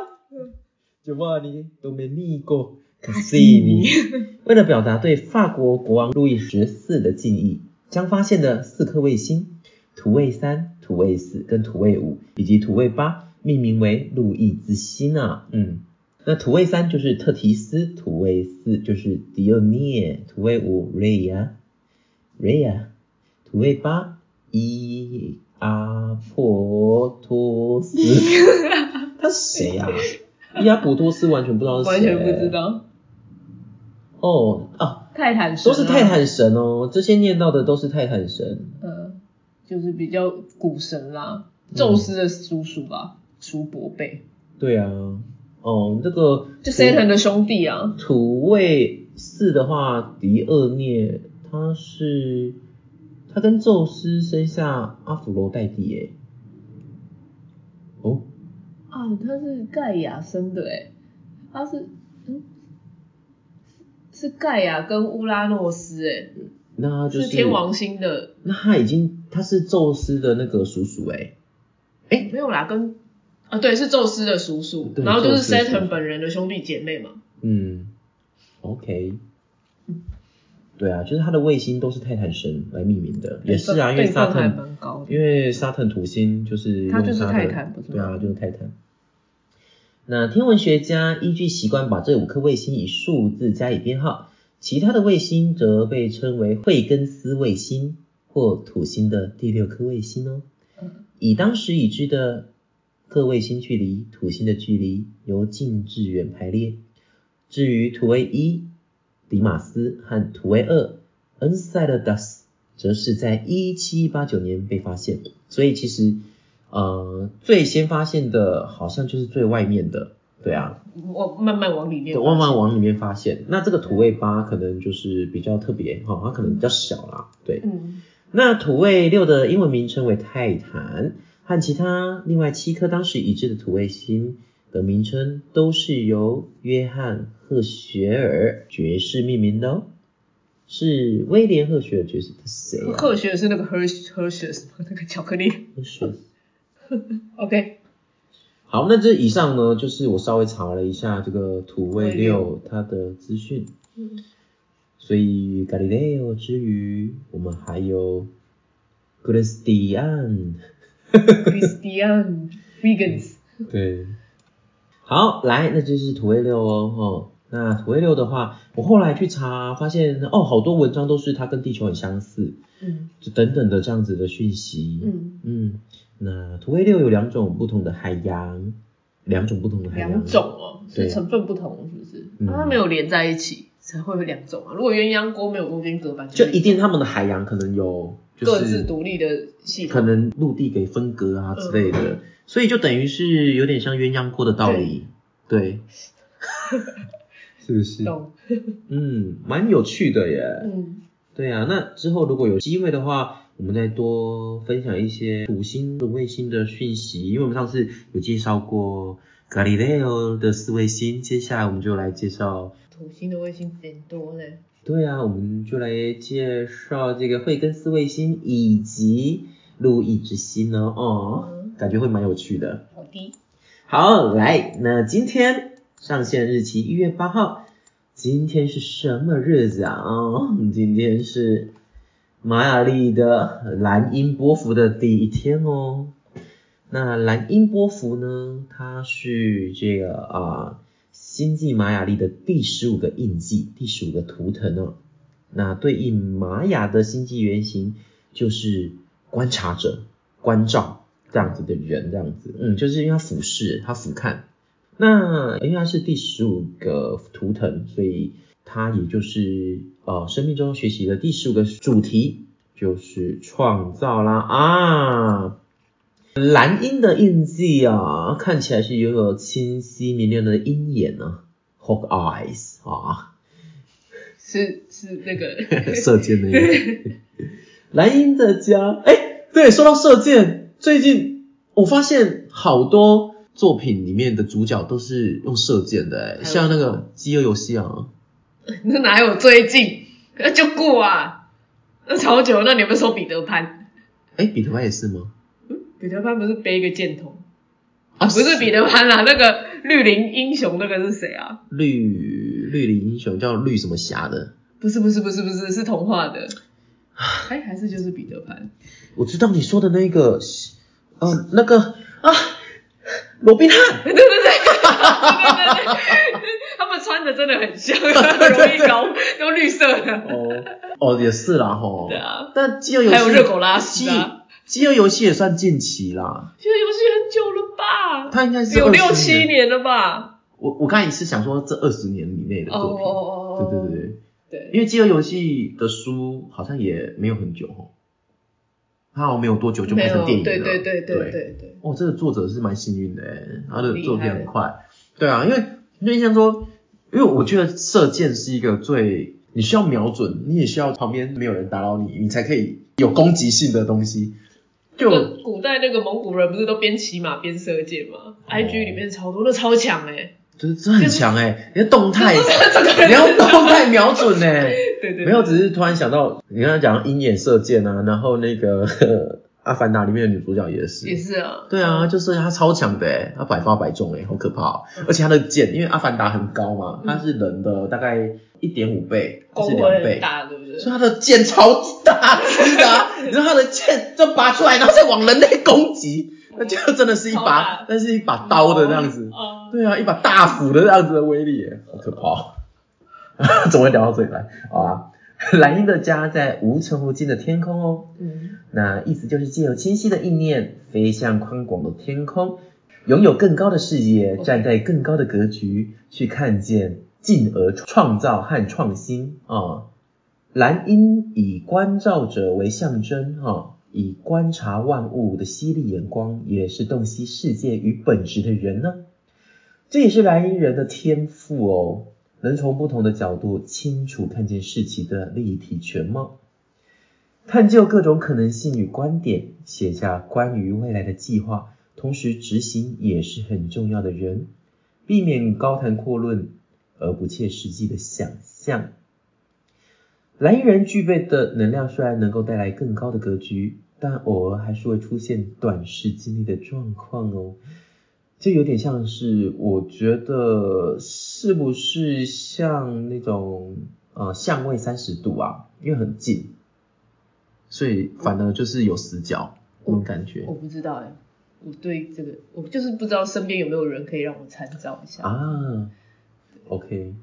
S1: Giovanni Domenico Cassini，为了表达对法国国王路易十四的敬意，将发现的四颗卫星土卫三、土卫四跟土卫五以及土卫八命名为路易之星啊，嗯。那土卫三就是特提斯，土卫四就是迪奥涅，土卫五瑞亚，瑞亚，土卫八 伊阿波托斯，他谁呀、啊？伊阿波托斯完全不知道是谁，
S2: 完全不知。道，
S1: 哦啊，
S2: 泰坦神
S1: 都
S2: 啊
S1: 是泰，坦神哦，这些念到的都是泰坦神。
S2: 呃，就是比较古神啦，宙斯的叔叔吧，叔伯辈，
S1: 对啊，哦，这个
S2: 就 Satan 的兄弟啊，
S1: 土卫四的话，狄厄涅他是他跟宙斯生下阿芙罗代蒂耶。哦，
S2: 啊，他是盖亚生的哎，他是嗯。是盖亚跟乌拉诺斯，哎、
S1: 那他就是
S2: 是天王星的，
S1: 那他已经他是宙斯的那个叔叔哎，
S2: 没有啦，跟啊，对，是宙斯的叔叔，
S1: 对
S2: 然后就是
S1: 宙斯的叔叔
S2: Saturn 本人的兄弟姐妹嘛。
S1: 嗯，OK，对啊，就是它的卫星都是泰坦神来命名的，也是啊，因为
S2: 辈分
S1: 沙
S2: 还
S1: 特，
S2: 蛮高的。
S1: 因为沙特土星就是
S2: 它
S1: 用
S2: 就是
S1: 它的
S2: 泰坦不是吗
S1: 对啊，就是泰坦。那天文学家依据习惯把这五颗卫星以数字加以编号，其他的卫星则被称为惠更斯卫星或土星的第六颗卫星哦。
S2: 嗯
S1: 以当时已知的各卫星距离、土星的距离由近至远排列。至于土卫一、迪马斯和土卫二、恩塞勒达斯，则是在一七八九年被发现。所以其实，呃，最先发现的好像就是最外面的，对啊，
S2: 我慢慢往里面
S1: 对，
S2: 发
S1: 万
S2: 现。
S1: 万网里面发现。那这个土卫八可能就是比较特别哈、它可能比较小啦，对。
S2: 嗯，
S1: 那土卫六的英文名称为泰坦，和其他另外七颗当时已知的土卫星的名称都是由约翰·赫雪尔爵士命名的哦。是威廉·赫雪尔爵士，他谁啊？
S2: 赫雪是那个 Hersh Hershey's 吗那个巧克力。
S1: 赫雪尔
S2: OK，
S1: 好，那这以上呢，就是我稍微查了一下这个土卫
S2: 土卫六
S1: 六它的资讯。
S2: 嗯
S1: 所以 Galileo 之余，我们还有 c h r i s t i a n
S2: ，Christian Vegans，
S1: 对，好，来，那就是土卫六哦，吼，那土卫六的话，我后来去查发现，哦，好多文章都是它跟地球很相似，
S2: 嗯
S1: 就等等的这样子的讯息。
S2: 嗯，
S1: 嗯，那土卫六有两种不同的海洋，两种不同的海洋。
S2: 两种。哦，
S1: 对啊
S2: 是成分不同是不是？
S1: 嗯
S2: 啊它没有连在一起才会有两种啊。如果鸳鸯锅没有中间隔板，
S1: 就
S2: 就是
S1: 一定他们的海洋可能有，就
S2: 各
S1: 是
S2: 自独立嗯的系
S1: 可
S2: 统。
S1: 能陆地给分隔啊之类的，所以就等于是有点像鸳鸯锅的道理， 对，是不是？
S2: 懂，
S1: 嗯，蛮有趣的耶。
S2: 嗯，
S1: 对啊，那之后如果有机会的话，我们再多分享一些土星的卫星的讯息，因为我们上次有介绍过 Galileo 的四卫星，接下来我们就来介绍。
S2: 土星的卫星很多嘞，
S1: 对啊，我们就来介绍这个惠更斯卫星以及路易之星呢，哦
S2: 嗯，
S1: 感觉会蛮有趣的。
S2: 好低，
S1: 好，来，那今天上线日期一月八号，今天是什么日子啊？哦，今天是玛雅历的蓝鹰波幅的第一天哦。那蓝鹰波幅呢，它是这个啊、星际玛雅历的第十五个印记，第十五个图腾哦。那对应玛雅的星际原型就是观察者、关照这样子的人，这样子，嗯，就是因为他俯视，他俯瞰。那因为它是第十五个图腾，所以它也就是呃生命中学习的第十五个主题就是创造啦啊。蓝鹰的印记啊，看起来是拥有清晰明亮的鹰眼啊，hawk eyes 啊。
S2: 是是那 个
S1: 射箭的意 思。蓝鹰的家，哎、对，说到射箭，最近我发现好多作品里面的主角都是用射箭的、
S2: 还
S1: 哎，
S2: 有
S1: 像那个《饥饿游戏》啊，
S2: 那哪有最近？那就过啊，那超久。那你有没有说彼得潘？
S1: 哎、彼得潘也是吗？
S2: 彼得潘不是背一个箭筒？
S1: 啊，
S2: 不是彼得潘啦、那个绿林英雄那个是谁啊？
S1: 绿绿林英雄叫绿什么侠的，
S2: 不是不是不是不是是童话的，哎还是就是彼得潘。
S1: 我知道你说的那个，呃，那个啊，罗宾汉。
S2: 对对对对 对对对，他们穿的真的很 像，很容易搞都绿色的。
S1: 哦 哦，也是啦吼。
S2: 对啊
S1: 但饥饿游戏
S2: 还有热狗拉屎啊，
S1: 饥饥饿游戏也算近期啦。
S2: 这个游戏很久了吧？
S1: 它应该是
S2: 有
S1: 20
S2: 六七。年了吧？
S1: 我我刚才是想说这二十年以内的
S2: 哦
S1: 作
S2: 哦
S1: 品。
S2: 哦哦，
S1: 对对对对，
S2: 对
S1: 因为饥饿游戏的书好像也没有很久哦，它好像没有多久就拍成电影了。
S2: 对对对
S1: 对
S2: 对对对，
S1: 哦，这个作者是蛮幸运的欸，他的
S2: 厉害
S1: 作品很快。对啊，因为因为像说，因为我觉得射箭是一个最你需要瞄准，你也需要旁边没有人打扰你，你才可以有攻击性的东西。就
S2: 就古代那个蒙古人不是都边骑马边射箭吗？IG 里面超多，那超强哎，
S1: 就是这很强哎，你要动态，
S2: 这个
S1: 你要动态瞄准哎。
S2: 对对，
S1: 没有，只是突然想到你刚才讲鹰眼射箭啊，然后那个 阿凡达》里面的女主角也是，
S2: 也是啊。
S1: 对啊，就是她超强的哎，她百发百中哎，好可怕、哦！而且她的剑，因为阿凡达很高嘛，
S2: 嗯
S1: 她是人的大概一点五倍，还
S2: 功
S1: 是
S2: 会
S1: 两
S2: 很
S1: 倍，
S2: 大，对不对？
S1: 所以她的剑超大只的 啊，你知道她的剑就拔出来，然后再往人类攻击，那就真的是一
S2: 超大
S1: 把，那是一把刀的这样子。
S2: 哦，
S1: 对啊，一把大斧的这样子的威力耶，好可怕！哦 怎么会聊到这里来？好啊，莱茵的家在无穷无尽的天空哦。
S2: 嗯，
S1: 那意思就是借由清晰的意念，飞向宽广的天空，拥有更高的视野，站在更高的格局去看见，进而创造和创新啊、蓝鹰以关照者为象征哈、以观察万物的犀利眼光，也是洞悉世界与本质的人呢、这也是蓝鹰人的天赋哦，能从不同的角度清楚看见事情的立体全貌。探究各种可能性与观点，写下关于未来的计划，同时执行也是很重要的人，避免高谈阔论而不切实际的想象。来人具备的能量虽然能够带来更高的格局，但偶尔还是会出现短视经历的状况哦。这有点像是，我觉得是不是像那种呃相位三十度啊？因为很近，所以反而就是有死角那种感觉
S2: 我不知道哎，我对这个我就是不知道身边有没有人可以让我参照一下。
S1: 啊。OK，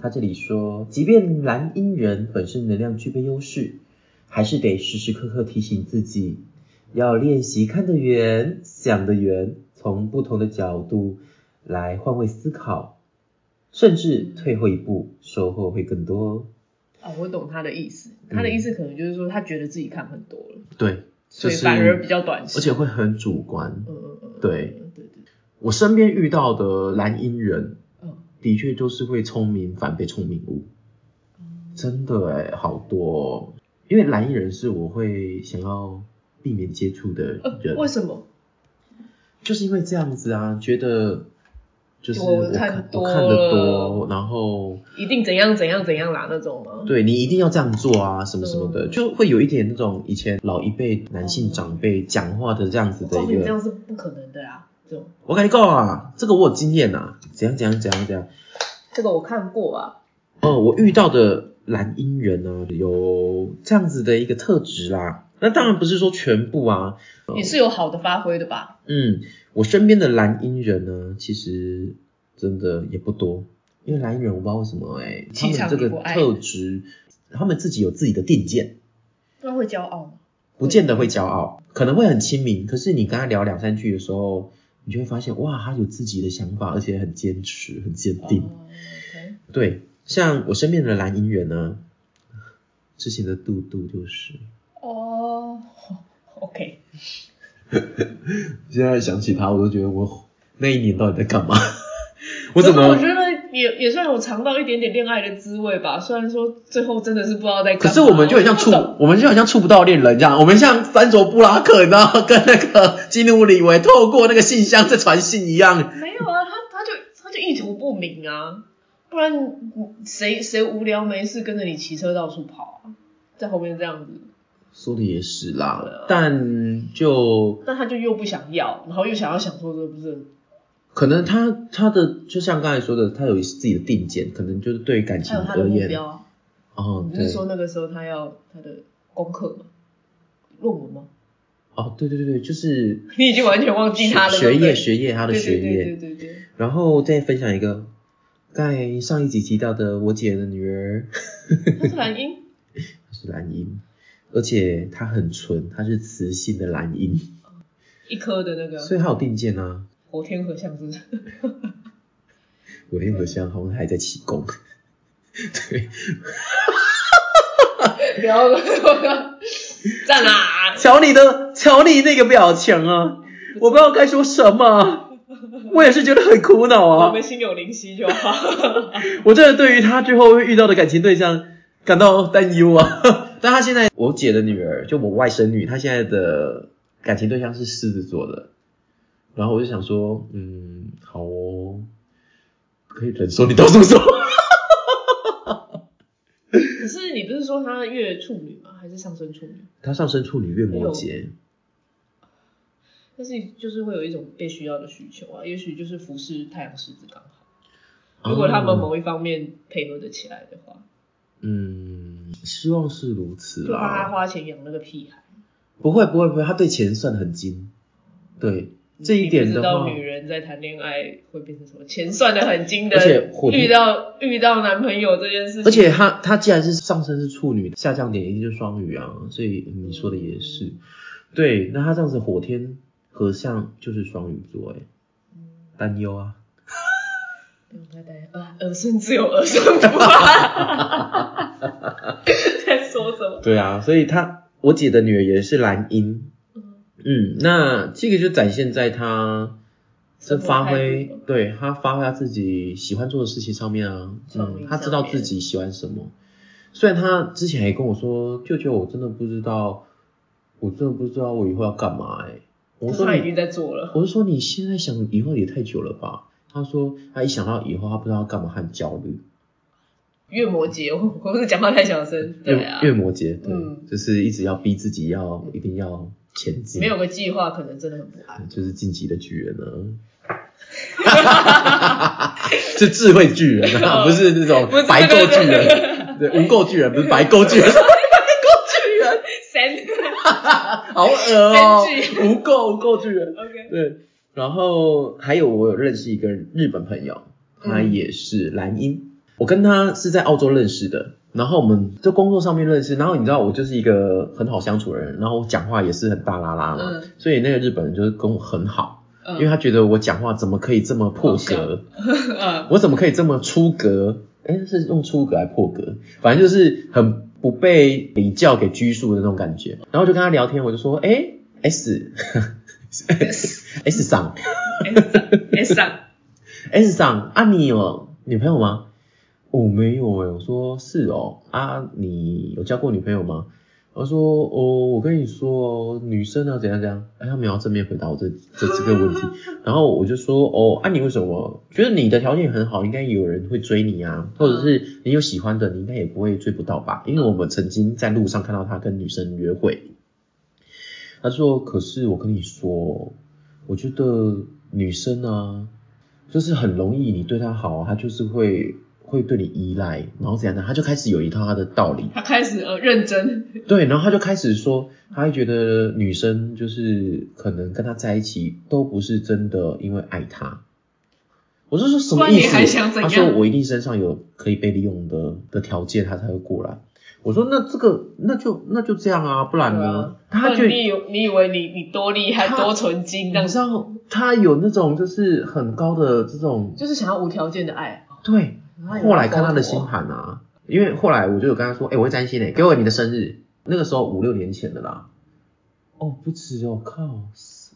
S1: 他这里说，即便蓝鹰人本身能量具备优势，还是得时时刻刻提醒自己，要练习看得远、想得远，从不同的角度来换位思考，甚至退后一步，收获会更多哦。
S2: 啊，我懂他的意思，他的意思可能就是说他觉得自己看很多了，
S1: 对，
S2: 所
S1: 就
S2: 以
S1: 是
S2: 反而比较短视。
S1: 而且会很主观。
S2: 嗯，嗯嗯嗯，
S1: 对
S2: 嗯对对，
S1: 我身边遇到的蓝鹰人，
S2: 嗯，
S1: 的确就是会聪明反被聪明误。真的哎，好多、哦，因为蓝衣人是我会想要避免接触的
S2: 呃
S1: 人，
S2: 为什么？
S1: 就是因为这样子啊，觉得就是
S2: 我
S1: 我
S2: 看
S1: 看
S2: 多
S1: 我看得多，
S2: 了
S1: 然后
S2: 一定怎样怎样怎样啦那种吗？
S1: 对你一定要这样做啊，什么什么的，
S2: 嗯
S1: 就会有一点那种以前老一辈男性长辈讲话的这样子
S2: 哦我
S1: 的
S2: 告诉
S1: 一
S2: 你，这
S1: 个，
S2: 样是不可能的啦。这种
S1: 我跟你讲啊，这个我有经验啊，怎样怎样怎样怎样，
S2: 这个我看过啊，
S1: 哦，我遇到的蓝鹰人呢、有这样子的一个特质啦。那当然不是说全部啊，
S2: 也是有好的发挥的吧？
S1: 嗯，我身边的蓝鹰人呢，其实真的也不多，因为蓝鹰人我不知道为什么哎、他
S2: 气
S1: 们
S2: 场
S1: 这个
S2: 你不爱
S1: 特质，他们自己有自己的定见，
S2: 那会骄傲吗？
S1: 不见得会骄傲，可能会很亲民，可是你跟他聊两三句的时候，你就会发现哇，他有自己的想法，而且很坚持，很坚定。
S2: 哦，OK
S1: 对，像我身边的蓝银人呢，之前的杜杜就是，
S2: 哦，OK，
S1: 现在想起他，我都觉得我那一年到底在干嘛？ 我
S2: 可
S1: 怎
S2: 是我
S1: 么？
S2: 觉得也也算有尝到一点点恋爱的滋味吧，虽然说最后真的是不知道在干
S1: 可
S2: 嘛。
S1: 是我们就很像处
S2: 我不懂，
S1: 我们就很像触不到恋人这样，我们像三卓布拉克，你知道，跟那个基努里维透过那个信箱在传信一样。
S2: 没有啊，他他就他就意图不明啊，不然谁谁无聊没事跟着你骑车到处跑啊，在后面这样子，
S1: 说的也是
S2: 对啊
S1: 啦，但就
S2: 但他就又不想要，然后又想要享受这不是很
S1: 可能他他的就像刚才说的，他有自己的定见，可能就是对感情
S2: 他有他的
S1: 而
S2: 目
S1: 言，
S2: 标啊。
S1: 哦
S2: 你，不
S1: 对
S2: 是，说那个时候他要他的功课吗？论文吗？
S1: 哦，对对对对，就是
S2: 你已经完全忘记他了。
S1: 学学
S2: 对
S1: 业
S2: 不对
S1: 学业他的学业，
S2: 对对对对对对。
S1: 然后再分享一个，在上一集提到的我姐的女儿
S2: 他是蓝鹰。
S1: 她是蓝鹰，而且她很纯，她是雌性的蓝鹰，
S2: 一颗的那个
S1: 所以她有定见啊。
S2: 火天河像是不是？
S1: 我天和香好像还在起功，对，
S2: 不要赞啦！
S1: 瞧你的，瞧你那个表情啊，我不知道该说什么，啊我也是觉得很苦恼
S2: 我
S1: 啊。
S2: 们心有灵犀就好。
S1: 我真的对于她最后会遇到的感情对象感到担忧啊。 但她现在，我姐的女儿，就我外甥女，她现在的感情对象是狮子座的。然后我就想说，嗯，好哦，可以忍受你到什么时候？
S2: 可是你不是说他月处女吗？还是上升处女？
S1: 她上升处女月摩羯，
S2: 但是就是会有一种被需要的需求啊，也许就是服侍太阳狮子刚好。
S1: 哦
S2: 如果他们某一方面配合得起来的话，
S1: 嗯，希望是如此
S2: 就帮他
S1: 啦。
S2: 花钱养那个屁孩。
S1: 不会不会不会，他对钱算得很精。对这一点
S2: 你不
S1: 的
S2: 知道
S1: 话，
S2: 女人在谈恋爱会变成什么？钱算得很精的，
S1: 而且火力
S2: 遇到遇到男朋友这件事情，
S1: 而且他他既然是上升是处女，下降点一定就是双鱼啊，所以你说的也是。对，那他这样子火天合相就是双鱼座哎，担忧啊。
S2: 不用太担心，呃，儿孙自有儿孙福啊！ 在说什么？
S1: 对啊，所以他我姐的女儿也是蓝鹰，
S2: 嗯
S1: 嗯，那这个就展现在他是发挥
S2: 生活态度，
S1: 对他发挥他自己喜欢做的事情上面啊，
S2: 上
S1: 嗯
S2: 面，
S1: 他知道自己喜欢什么。虽然他之前也跟我说，舅舅，我真的不知道，我真的不知道我以后要干嘛哎、我说
S2: 他已
S1: 你，
S2: 经在做了，
S1: 我是说你现在想以后也太久了吧？他说他一想到以后他不知道要干嘛，他很焦虑。
S2: 月魔节，我我不是讲话太小声，对啊，
S1: 月月摩羯，对，
S2: 嗯
S1: 就是一直要逼自己要一定要前进，
S2: 没有个计划，可能真的很不 安。
S1: 就是晋级的巨人呢、 啊，是智慧巨人啊，不是那种
S2: 不是
S1: 白
S2: 对
S1: 垢
S2: 对
S1: 巨人，对，无垢巨人不是白垢 巨人，
S2: 巨人，神
S1: 好恶哦、
S2: 真巨
S1: 无垢无垢巨人，
S2: ，OK，
S1: 对，然后还有我有认识一个日本朋友，他
S2: 嗯
S1: 也是蓝鹰，我跟他是在澳洲认识的。然后我们在工作上面认识，然后你知道我就是一个很好相处的人，然后我讲话也是很大啦啦嘛，
S2: 嗯
S1: 所以那个日本人就是跟我很好， 因为
S2: 嗯
S1: 他觉得我讲话怎么可以这么破格，
S2: 嗯，
S1: 我怎么可以这么出格？哎，是用出格还破格？反正就是很不被礼教给拘束的那种感觉。然后就跟他聊天，我就说，哎，S S 上
S2: S 上
S1: S 上，啊你有女朋友吗？哦，没有哎，我说是哦，啊你有交过女朋友吗？他说哦，我跟你说哦，女生啊怎样怎样，哎，他没有正面回答我这这这个问题，然后我就说哦，啊你为什么觉得你的条件很好，应该有人会追你啊，或者是你有喜欢的，你应该也不会追不到吧？因为我们曾经在路上看到他跟女生约会，他说可是我跟你说，哦我觉得女生啊，就是很容易你对她好啊，她就是会。会对你依赖，然后怎样的，他就开始有一套他的道理，
S2: 他开始呃认真，
S1: 对，然后他就开始说，他会觉得女生就是可能跟他在一起都不是真的因为爱他。我就说什么意思？
S2: 不然你还想怎
S1: 他
S2: 样
S1: 说我一定身上有可以被利用的的条件，他才会过来。我说那这个那就那就这样啊，不然
S2: 对
S1: 呢
S2: 啊？
S1: 他
S2: 不
S1: 就
S2: 然你以为你以为你你多厉害
S1: 他
S2: 多纯金，这
S1: 你
S2: 样
S1: 知道他有那种就是很高的这种
S2: 就是想要无条件的爱。
S1: 对，
S2: 然
S1: 后来看他的星，盘啊，因为后来我就有跟他说，哎、我会占星诶，给我你的生日。那个时候五六年前的啦。哦，不止哦，靠，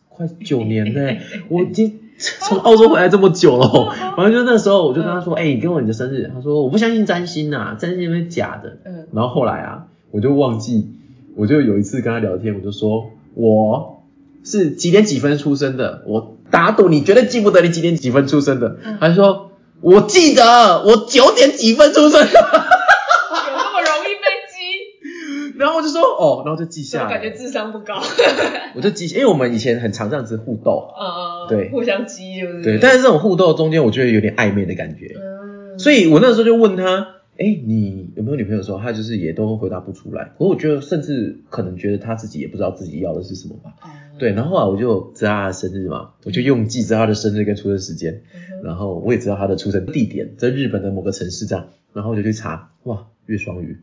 S1: 快九年呢、 我已经从澳洲回来这么久了。反正就那时候，我就跟他说，哎、你给我你的生日。他说我不相信占星啊，占星是假的。
S2: 嗯，
S1: 然后后来啊，我就忘记，我就有一次跟他聊天，我就说我是几点几分出生的，我打赌你绝对记不得你几点几分出生的。
S2: 嗯
S1: 他说我记得我九点几分出生的，
S2: 有那么容易被激？
S1: 然后我就说哦，然后就记下
S2: 我感觉
S1: 来，
S2: 智商不高，
S1: 我就记，因为我们以前很常这样子互斗，
S2: 呃，
S1: 对
S2: 互相激就是
S1: 对，但是这种互斗中间，我觉得有点暧昧的感觉，
S2: 嗯，
S1: 所以我那时候就问他。哎，你有没有女朋友的时候，他就是也都回答不出来。可我觉得，甚至可能觉得他自己也不知道自己要的是什么吧。
S2: 嗯
S1: 对，，然后啊后来我就知道他的生日嘛，我就用记知道他的生日跟出生时间，
S2: 嗯哼
S1: 然后我也知道他的出生地点在日本的某个城市这样，然后我就去查，哇，月双鱼，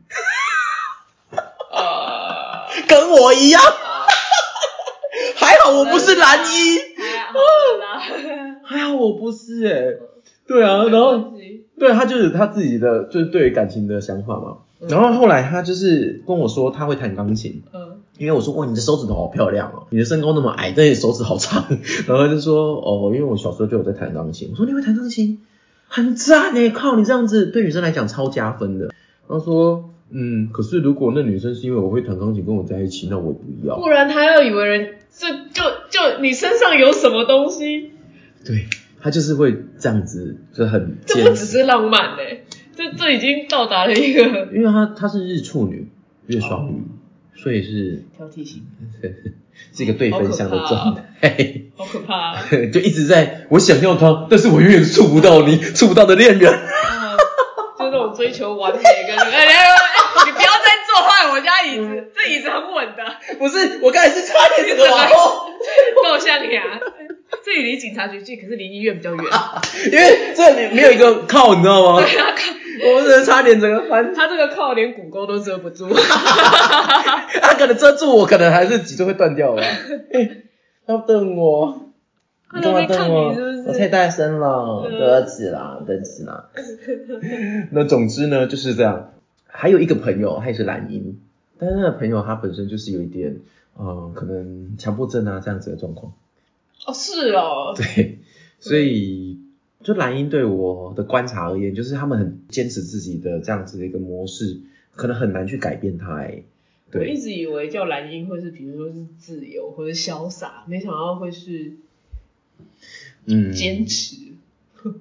S1: 啊
S2: 呃，
S1: 跟我一样， 还好我不是蓝衣，
S2: 还哎好啦，
S1: 还好我不是哎、对啊， 然
S2: 没
S1: 后
S2: 关系
S1: 对他就是他自己的就是对于感情的想法嘛，然后后来他就是跟我说他会弹钢琴，
S2: 嗯，
S1: 因为我说哇，你的手指头好漂亮哦，你的身高那么矮，但你手指好长。 然后他就说哦，因为我小时候就有在弹钢琴。我说你会弹钢琴，很赞呢，靠你这样子对女生来讲超加分的。然后说嗯，可是如果那女生是因为我会弹钢琴跟我在一起，那我也不要。
S2: 不然他要以为人这就就你身上有什么东西，
S1: 对他就是会这样子，就很
S2: 这不
S1: 坚
S2: 只
S1: 持，
S2: 是浪漫嘞，这这已经到达了一个哦
S1: 因为他他是日处女，月双鱼，所以是
S2: 挑剔型，
S1: 是一个对分相的状态，
S2: 好可怕、啊。
S1: 就一直在我想要他，但是我永远触不到你，触不到的恋人。
S2: 啊，就是那种追求完美跟那个，哎哎哎你不要再坐坏我家椅子，这椅子很稳的，
S1: 不是，我刚才是差点
S2: 整个
S1: 往后，
S2: 够像牙。这里离警察局近，可是离医院比较远。
S1: 因为这里没有一个靠，你知道吗？
S2: 对啊，靠
S1: 我们只能差点整个翻，
S2: 他这个靠连骨沟都遮不住。
S1: 他啊可能遮住我，可能还是脊椎会断掉 了。嘿要瞪我，
S2: 他
S1: 你干
S2: 在
S1: 嘛
S2: 看
S1: 瞪
S2: 你
S1: 我？
S2: 是不
S1: 我太
S2: 是？
S1: 大声了，
S2: 嗯
S1: 对不起啦，对不起啦。那总之呢，就是这样。还有一个朋友，他也是蓝鹰，但是那个朋友他本身就是有一点，嗯，可能强迫症啊这样子的状况。
S2: 哦，是哦，
S1: 对，所以就蓝鹰对我的观察而言，就是他们很坚持自己的这样子的一个模式，可能很难去改变它。哎，
S2: 我一
S1: 对，
S2: 直以为叫蓝鹰会是，比如说是自由或者潇洒，没想到会是
S1: 嗯，
S2: 坚持。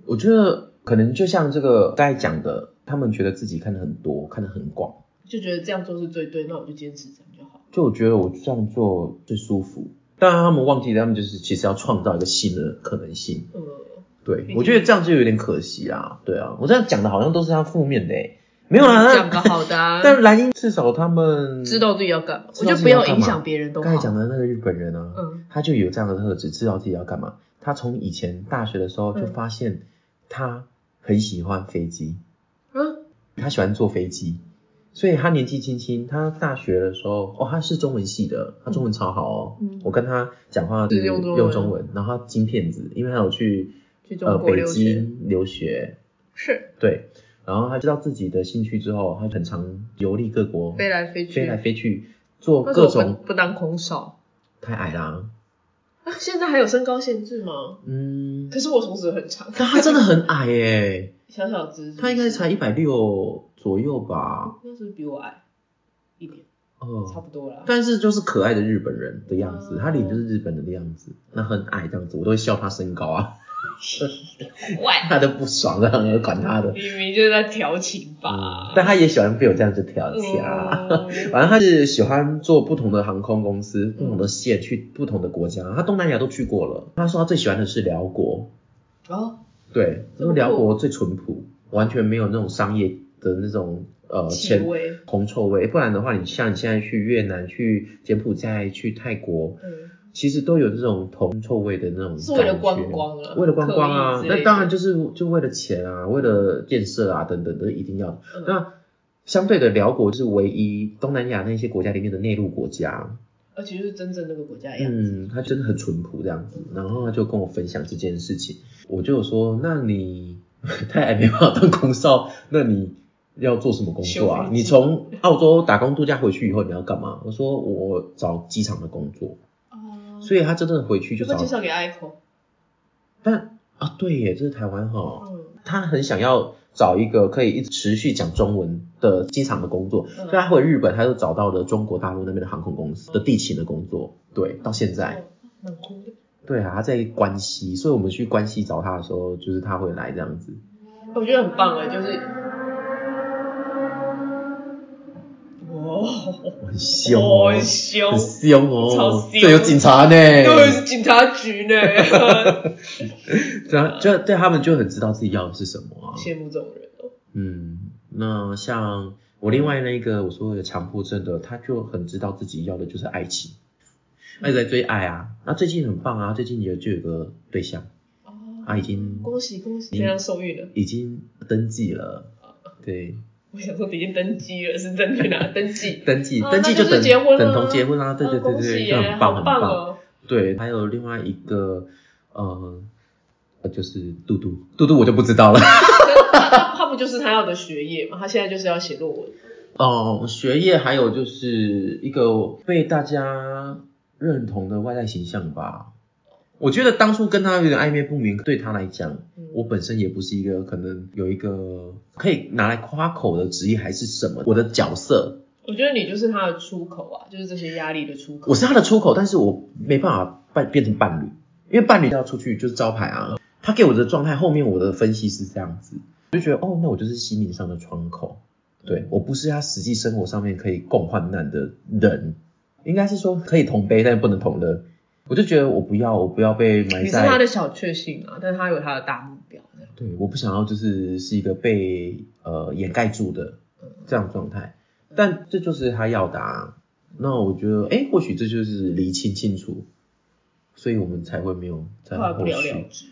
S1: 我觉得可能就像这个刚才讲的，他们觉得自己看的很多，看的很广。
S2: 就觉得这样做是最对，那我就坚持这样就好。
S1: 就我觉得我这样做最舒服。但他们忘记了，他们就是其实要创造一个新的可能性。
S2: 呃，
S1: 对
S2: 嗯，
S1: 我觉得这样就有点可惜啊。对啊，我这样讲的好像都是他负面的诶、没有啦，
S2: 讲个
S1: 那
S2: 好的、啊，
S1: 但蓝鹰至少他们
S2: 知道自己要干嘛，我
S1: 知道
S2: 就
S1: 自己
S2: 不
S1: 要
S2: 要
S1: 干嘛
S2: 影响别人都
S1: 嗯刚
S2: 好
S1: 才。讲的那个日本人啊，
S2: 嗯，
S1: 他就有这样的特质，知道自己要干嘛。他从以前大学的时候就
S2: 嗯
S1: 发现他很喜欢飞机，
S2: 嗯，
S1: 他喜欢坐飞机，所以他年纪轻轻，他大学的时候，哦，他是中文系的，他中文超好哦。
S2: 嗯
S1: 我跟他讲话
S2: 是用中文
S1: 用中文，然后他金骗子，因为他有去
S2: 去中
S1: 呃
S2: 国
S1: 北
S2: 留学
S1: 京留学，
S2: 是
S1: 对，然后他知道自己的兴趣之后，他很常游历各国，
S2: 飞来飞
S1: 嗯
S2: 去，
S1: 飞来飞去，做
S2: 为
S1: 各
S2: 什么
S1: 种
S2: 不不当空少
S1: 太矮啦，
S2: 啊？现在还有身高限制吗？
S1: 嗯，
S2: 可是我手指很长，
S1: 但他真的很矮耶，
S2: 小小只，
S1: 他应该才一百六左右吧，
S2: 那是不是比我矮一点，
S1: 哦，
S2: 差不多啦。
S1: 但是就是可爱的日本人的样子，
S2: 哦
S1: 他脸就是日本人的样子，那很矮这样子，我都会笑他身高啊，
S2: 喂，
S1: 他都不爽了，管他的。
S2: 明明就是在调情
S1: 嗯
S2: 吧？
S1: 但他也喜欢被我这样子挑剔啊。
S2: 嗯
S1: 反正他是喜欢做不同的航空公司、不同的线去不同的国家，他东南亚都去过了。他说他最喜欢的是辽国，
S2: 哦，
S1: 对，
S2: 这
S1: 因
S2: 么
S1: 为辽
S2: 酷
S1: 国最淳朴，完全没有那种商业的那种呃
S2: 气
S1: 前
S2: 味，
S1: 铜臭味。不然的话，你像你现在去越南、去柬埔寨、去泰国，
S2: 嗯，
S1: 其实都有这种铜臭味的那种，
S2: 是为了观，光啊，
S1: 为了观光啊
S2: 刻意，之类
S1: 那
S2: 的
S1: 当然就是就为了钱啊，为了建设啊等等，都是一定要的。
S2: 嗯
S1: 那相对的，辽国就是唯一东南亚那些国家里面的内陆国家，
S2: 而且就是真正那个国家一样。
S1: 嗯，它真的很淳朴这样子。然后他就跟我分享这件事情，我就有说，那你太矮没办法当空少，那你要做什么工作
S2: 修
S1: 啊？
S2: 飞机
S1: 你从澳洲打工度假回去以后，你要干嘛？我说我找机场的工作，
S2: 哦，
S1: 嗯所以他真的回去就
S2: 会
S1: 找
S2: 介绍给 Ico。
S1: 但啊，对耶，这是台湾哈、
S2: 嗯，
S1: 他很想要找一个可以一直持续讲中文的机场的工作，所
S2: 嗯
S1: 以他回日本，他就找到了中国大陆那边的航空公司的地勤的工作，对，到现在，
S2: 哦，蛮酷的。
S1: 对啊，他在关西，所以我们去关西找他的时候，就是他会来这样子，
S2: 我觉得很棒哎，就是，
S1: 哦
S2: 哇，
S1: 我很凶哦，
S2: 很凶
S1: 很凶哦，
S2: 超凶
S1: 这有警察呢，
S2: 对，是警察局 呢，
S1: 对啊，就对他们就很知道自己要的是什么啊，
S2: 羡慕这种人哦。
S1: 嗯，那像我另外那个我说有强迫症的，他就很知道自己要的就是爱情，他一直在追爱啊。那最近很棒啊，最近也就有个对象，
S2: 哦，
S1: 啊已经
S2: 恭喜恭喜，
S1: 嗯
S2: 非常受孕了。
S1: 已经登记了，对，
S2: 我想说，已经登记了，是登去 哪？登记。
S1: 登记
S2: 啊
S1: 登记
S2: 那就是
S1: 等
S2: 结婚啊
S1: 等同结婚啊，对对
S2: 啊
S1: 对
S2: 恭喜
S1: 对，
S2: 耶
S1: 就很棒
S2: 好
S1: 很
S2: 棒
S1: 棒。
S2: 哦！
S1: 对，还有另外一个呃，呃就是嘟嘟嘟嘟我就不知道了。
S2: 他他他不就是他要的学业嘛？他现在就是要写论文。
S1: 哦，学业还有就是一个被大家认同的外在形象吧。我觉得当初跟他有点暧昧不明，对他来讲，
S2: 嗯
S1: 我本身也不是一个可能有一个可以拿来夸口的职业还是什么。我的角色，
S2: 我觉得你就是他的出口啊，就是这些压力的出口。
S1: 我是他的出口，但是我没办法伴变成伴侣，因为伴侣要出去就是招牌啊。他给我的状态，后面我的分析是这样子，我就觉得哦，那我就是心灵上的窗口。对我不是他实际生活上面可以共患难的人，应该是说可以同悲，但不能同乐。我就觉得我不要，我不要被埋
S2: 你是
S1: 在
S2: 他的小确幸啊，但是他有他的大目标。这样
S1: 对，我不想要就是是一个被呃掩盖住的这样状态，但这就是他要的啊。那我觉得，哎，或许这就是厘清清楚，所以我们才会没有在
S2: 后来
S1: 后
S2: 不了了
S1: 续
S2: 之。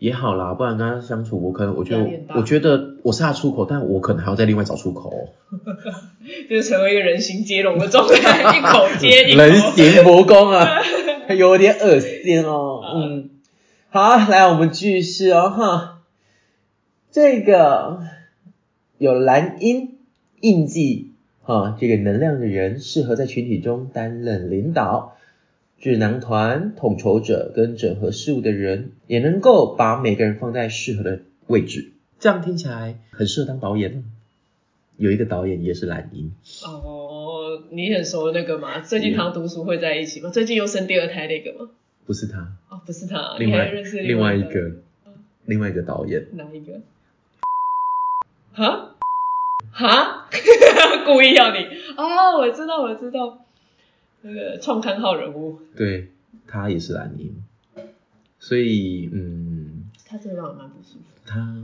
S1: 也好啦，不然跟他相处，我可能我觉
S2: 压力很
S1: 得
S2: 大
S1: 我觉得我是他出口，但我可能还要再另外找出口哦，
S2: 就是成为一个人形接龙的状 态，一口接一口。
S1: 人形蜈蚣啊，有点恶心哦。嗯，好，来我们继续哦哈。这个有蓝鹰印记哈，这个能量的人适合在群体中担任领导、智囊团、统筹者跟整合事务的人，也能够把每个人放在适合的位置。这样听起来很适合当导演哦。有一个导演也是蓝鹰，
S2: 哦，你很熟的那个吗？
S1: 嗯
S2: 最近他读书会在一起吗？最近又生第二胎那个吗？
S1: 不是他，
S2: 哦，不是他，
S1: 另
S2: 你
S1: 外
S2: 还认识
S1: 另外一
S2: 个
S1: 个另外一个导演，
S2: 哪一个？哈？哈？ 故意要你哦，我知道，我知道，那个创刊号人物，
S1: 对他也是蓝鹰，所以嗯，
S2: 他真的让我蛮不舒服
S1: 他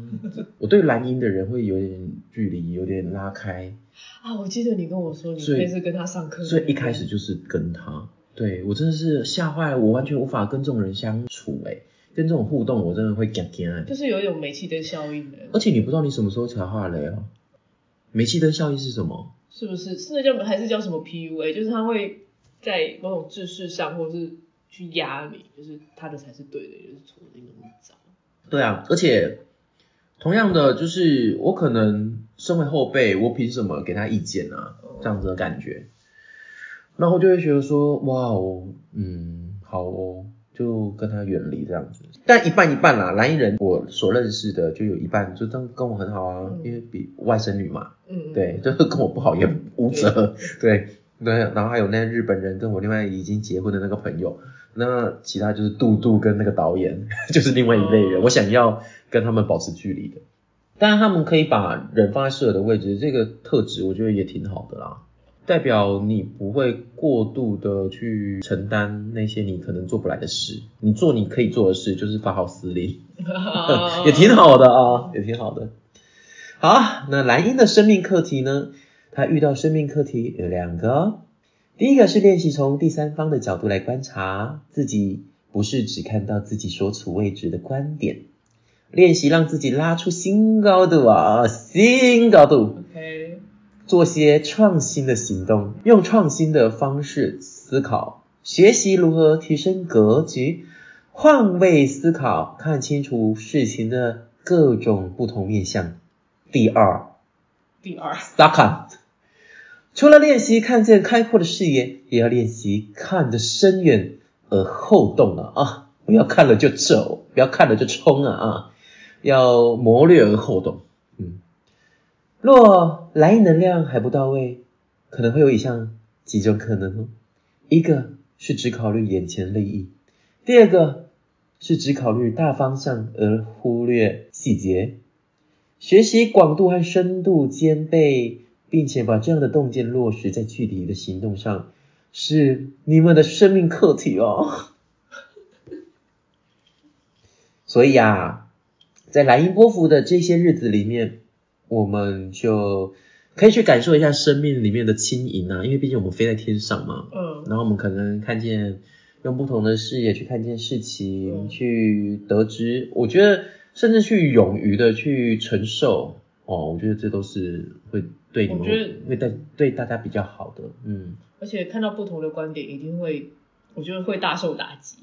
S1: 我对蓝鹰的人会有点距离，有点拉开，
S2: 啊！我记得你跟我说你
S1: 所以
S2: 那次跟他上课，
S1: 所以一开始就是跟他，对我真的是吓坏了，我完全无法跟这种人相处、欸，跟这种互动我真的会嘎嘎的，
S2: 就是有一种煤气灯效应的，
S1: 而且你不知道你什么时候才化雷哦，煤气灯效应是什么？
S2: 是不是？是那叫还是叫什么 PUA？就是他会在某种制式上，或是去压你，就是他的才是对的，也就是错的，你怎么知道？
S1: 对啊，而且同样的，就是我可能身为后辈，我凭什么给他意见啊？这样子的感觉。然后我就会觉得说，哇哦，嗯，好哦，就跟他远离这样子。但一半一半啦，蓝衣人我所认识的就有一半就当跟我很好啊，
S2: 嗯
S1: 因为比外甥女嘛，
S2: 嗯，嗯，
S1: 对， 就是跟我不好也无辙，对。对，然后还有那日本人跟我另外已经结婚的那个朋友，那其他就是杜杜跟那个导演， 就是另外一类人。
S2: 哦
S1: 我想要跟他们保持距离的，当然他们可以把人放在适合的位置，这个特质我觉得也挺好的啦，代表你不会过度的去承担那些你可能做不来的事，你做你可以做的事，就是发号施令。
S2: 哦
S1: 也挺好的啊，也挺好的。好，那蓝鹰的生命课题呢？他遇到生命课题有两个哦，第一个是练习从第三方的角度来观察自己，不是只看到自己所处位置的观点，练习让自己拉出新高度啊，新高度。
S2: OK，
S1: 做些创新的行动，用创新的方式思考，学习如何提升格局，换位思考，看清楚事情的各种不同面向。第二，
S2: 第二，
S1: Sakan。除了练习看见开阔的视野，也要练习看得深远而后动啊啊！不要看了就走，不要看了就冲啊啊！要谋略而后动。嗯，若来源能量还不到位，可能会有以下几种可能哦：一个是只考虑眼前利益，第二个是只考虑大方向而忽略细节，学习广度和深度兼备，并且把这样的洞见落实在具体的行动上，是你们的生命课题哦。 所以啊，在莱茵波幅的这些日子里面，我们就可以去感受一下生命里面的轻盈啊，因为毕竟我们飞在天上嘛。
S2: 嗯，
S1: 然后我们可能看见用不同的视野去看见事情，
S2: 嗯
S1: 去得知，我觉得甚至去勇于的去承受，哦，我觉得这都是会对你们
S2: 我觉得
S1: 会对对大家比较好的，嗯，
S2: 而且看到不同的观点，一定会，我觉得会大受打击。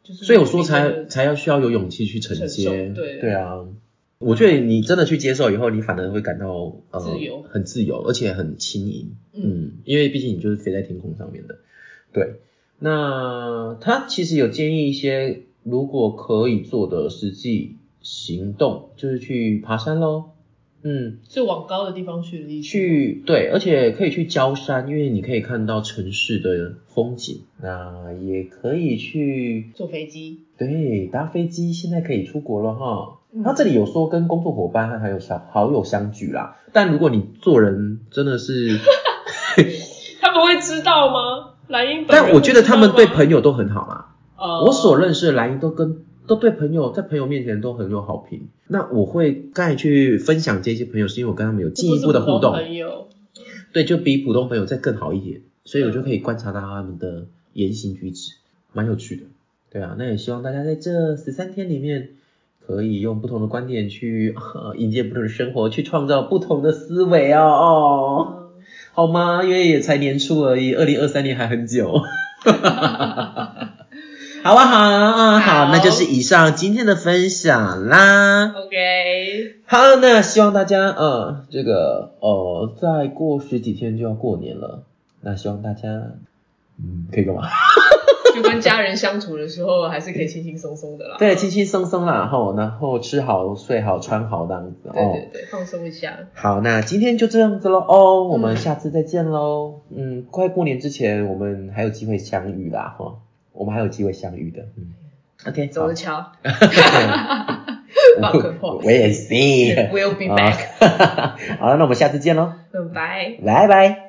S2: 就是
S1: 所以我说
S2: 你
S1: 才
S2: 的
S1: 才要需要有勇气去承接，
S2: 承受对
S1: 对啊。我觉得你真的去接受以后，你反而会感到呃
S2: 自由
S1: 很自由，而且很轻盈。
S2: 嗯
S1: 嗯，因为毕竟你就是飞在天空上面的，对。那他其实有建议一些如果可以做的实际行动，就是去爬山喽，嗯，
S2: 就往高的地方去的意思。
S1: 去对，而且可以去郊山，因为你可以看到城市的风景，那也可以去
S2: 坐飞机，
S1: 对搭飞机，现在可以出国了哈，他这里有说跟工作伙伴和还有小好友相聚啦，但如果你做人真的是，
S2: 他们会知道吗？莱茵本人
S1: 但我觉得他们
S2: 会
S1: 对
S2: 知道吗，
S1: 朋友都很好啦。
S2: 呃，
S1: 我所认识的莱茵都跟都对朋友在朋友面前都很有好评。那我会再去分享这些朋友，是因为我跟他们有进一步的互
S2: 这不是
S1: 动
S2: 普，朋友，
S1: 对，就比普通朋友再更好一点，所以
S2: 嗯
S1: 我就可以观察到他们的言行举止，蛮有趣的。对啊，那也希望大家在这十三天里面，可以用不同的观点去、呃迎接不同的生活，去创造不同的思维哦哦，
S2: 嗯
S1: 好吗？因为也才年初而已，二零二三年还很久。 好啊，好啊，好，那就是以上今天的分享啦。
S2: 嗯，OK，
S1: 好，那希望大家，呃，这个，呃，再过十几天就要过年了，那希望大家，嗯，可以干嘛？
S2: 就跟家人相处的时候，还是可以轻轻松松的啦。
S1: 对，轻轻松松啦，吼，然后吃好、睡好、穿好这样子，哦。
S2: 对对对，放松一下。
S1: 好，那今天就这样子喽，哦，我们
S2: 嗯
S1: 下次再见喽，嗯，快过年之前我们还有机会相遇啦，哈，我们还有机会相遇的，嗯，OK，
S2: 走
S1: 好
S2: 着，瞧
S1: 我
S2: 放狠话
S1: 我也是， 啊
S2: ，We'll be
S1: 好，
S2: back，
S1: 好了，那我们下次见喽，
S2: 嗯，拜。
S1: 拜拜。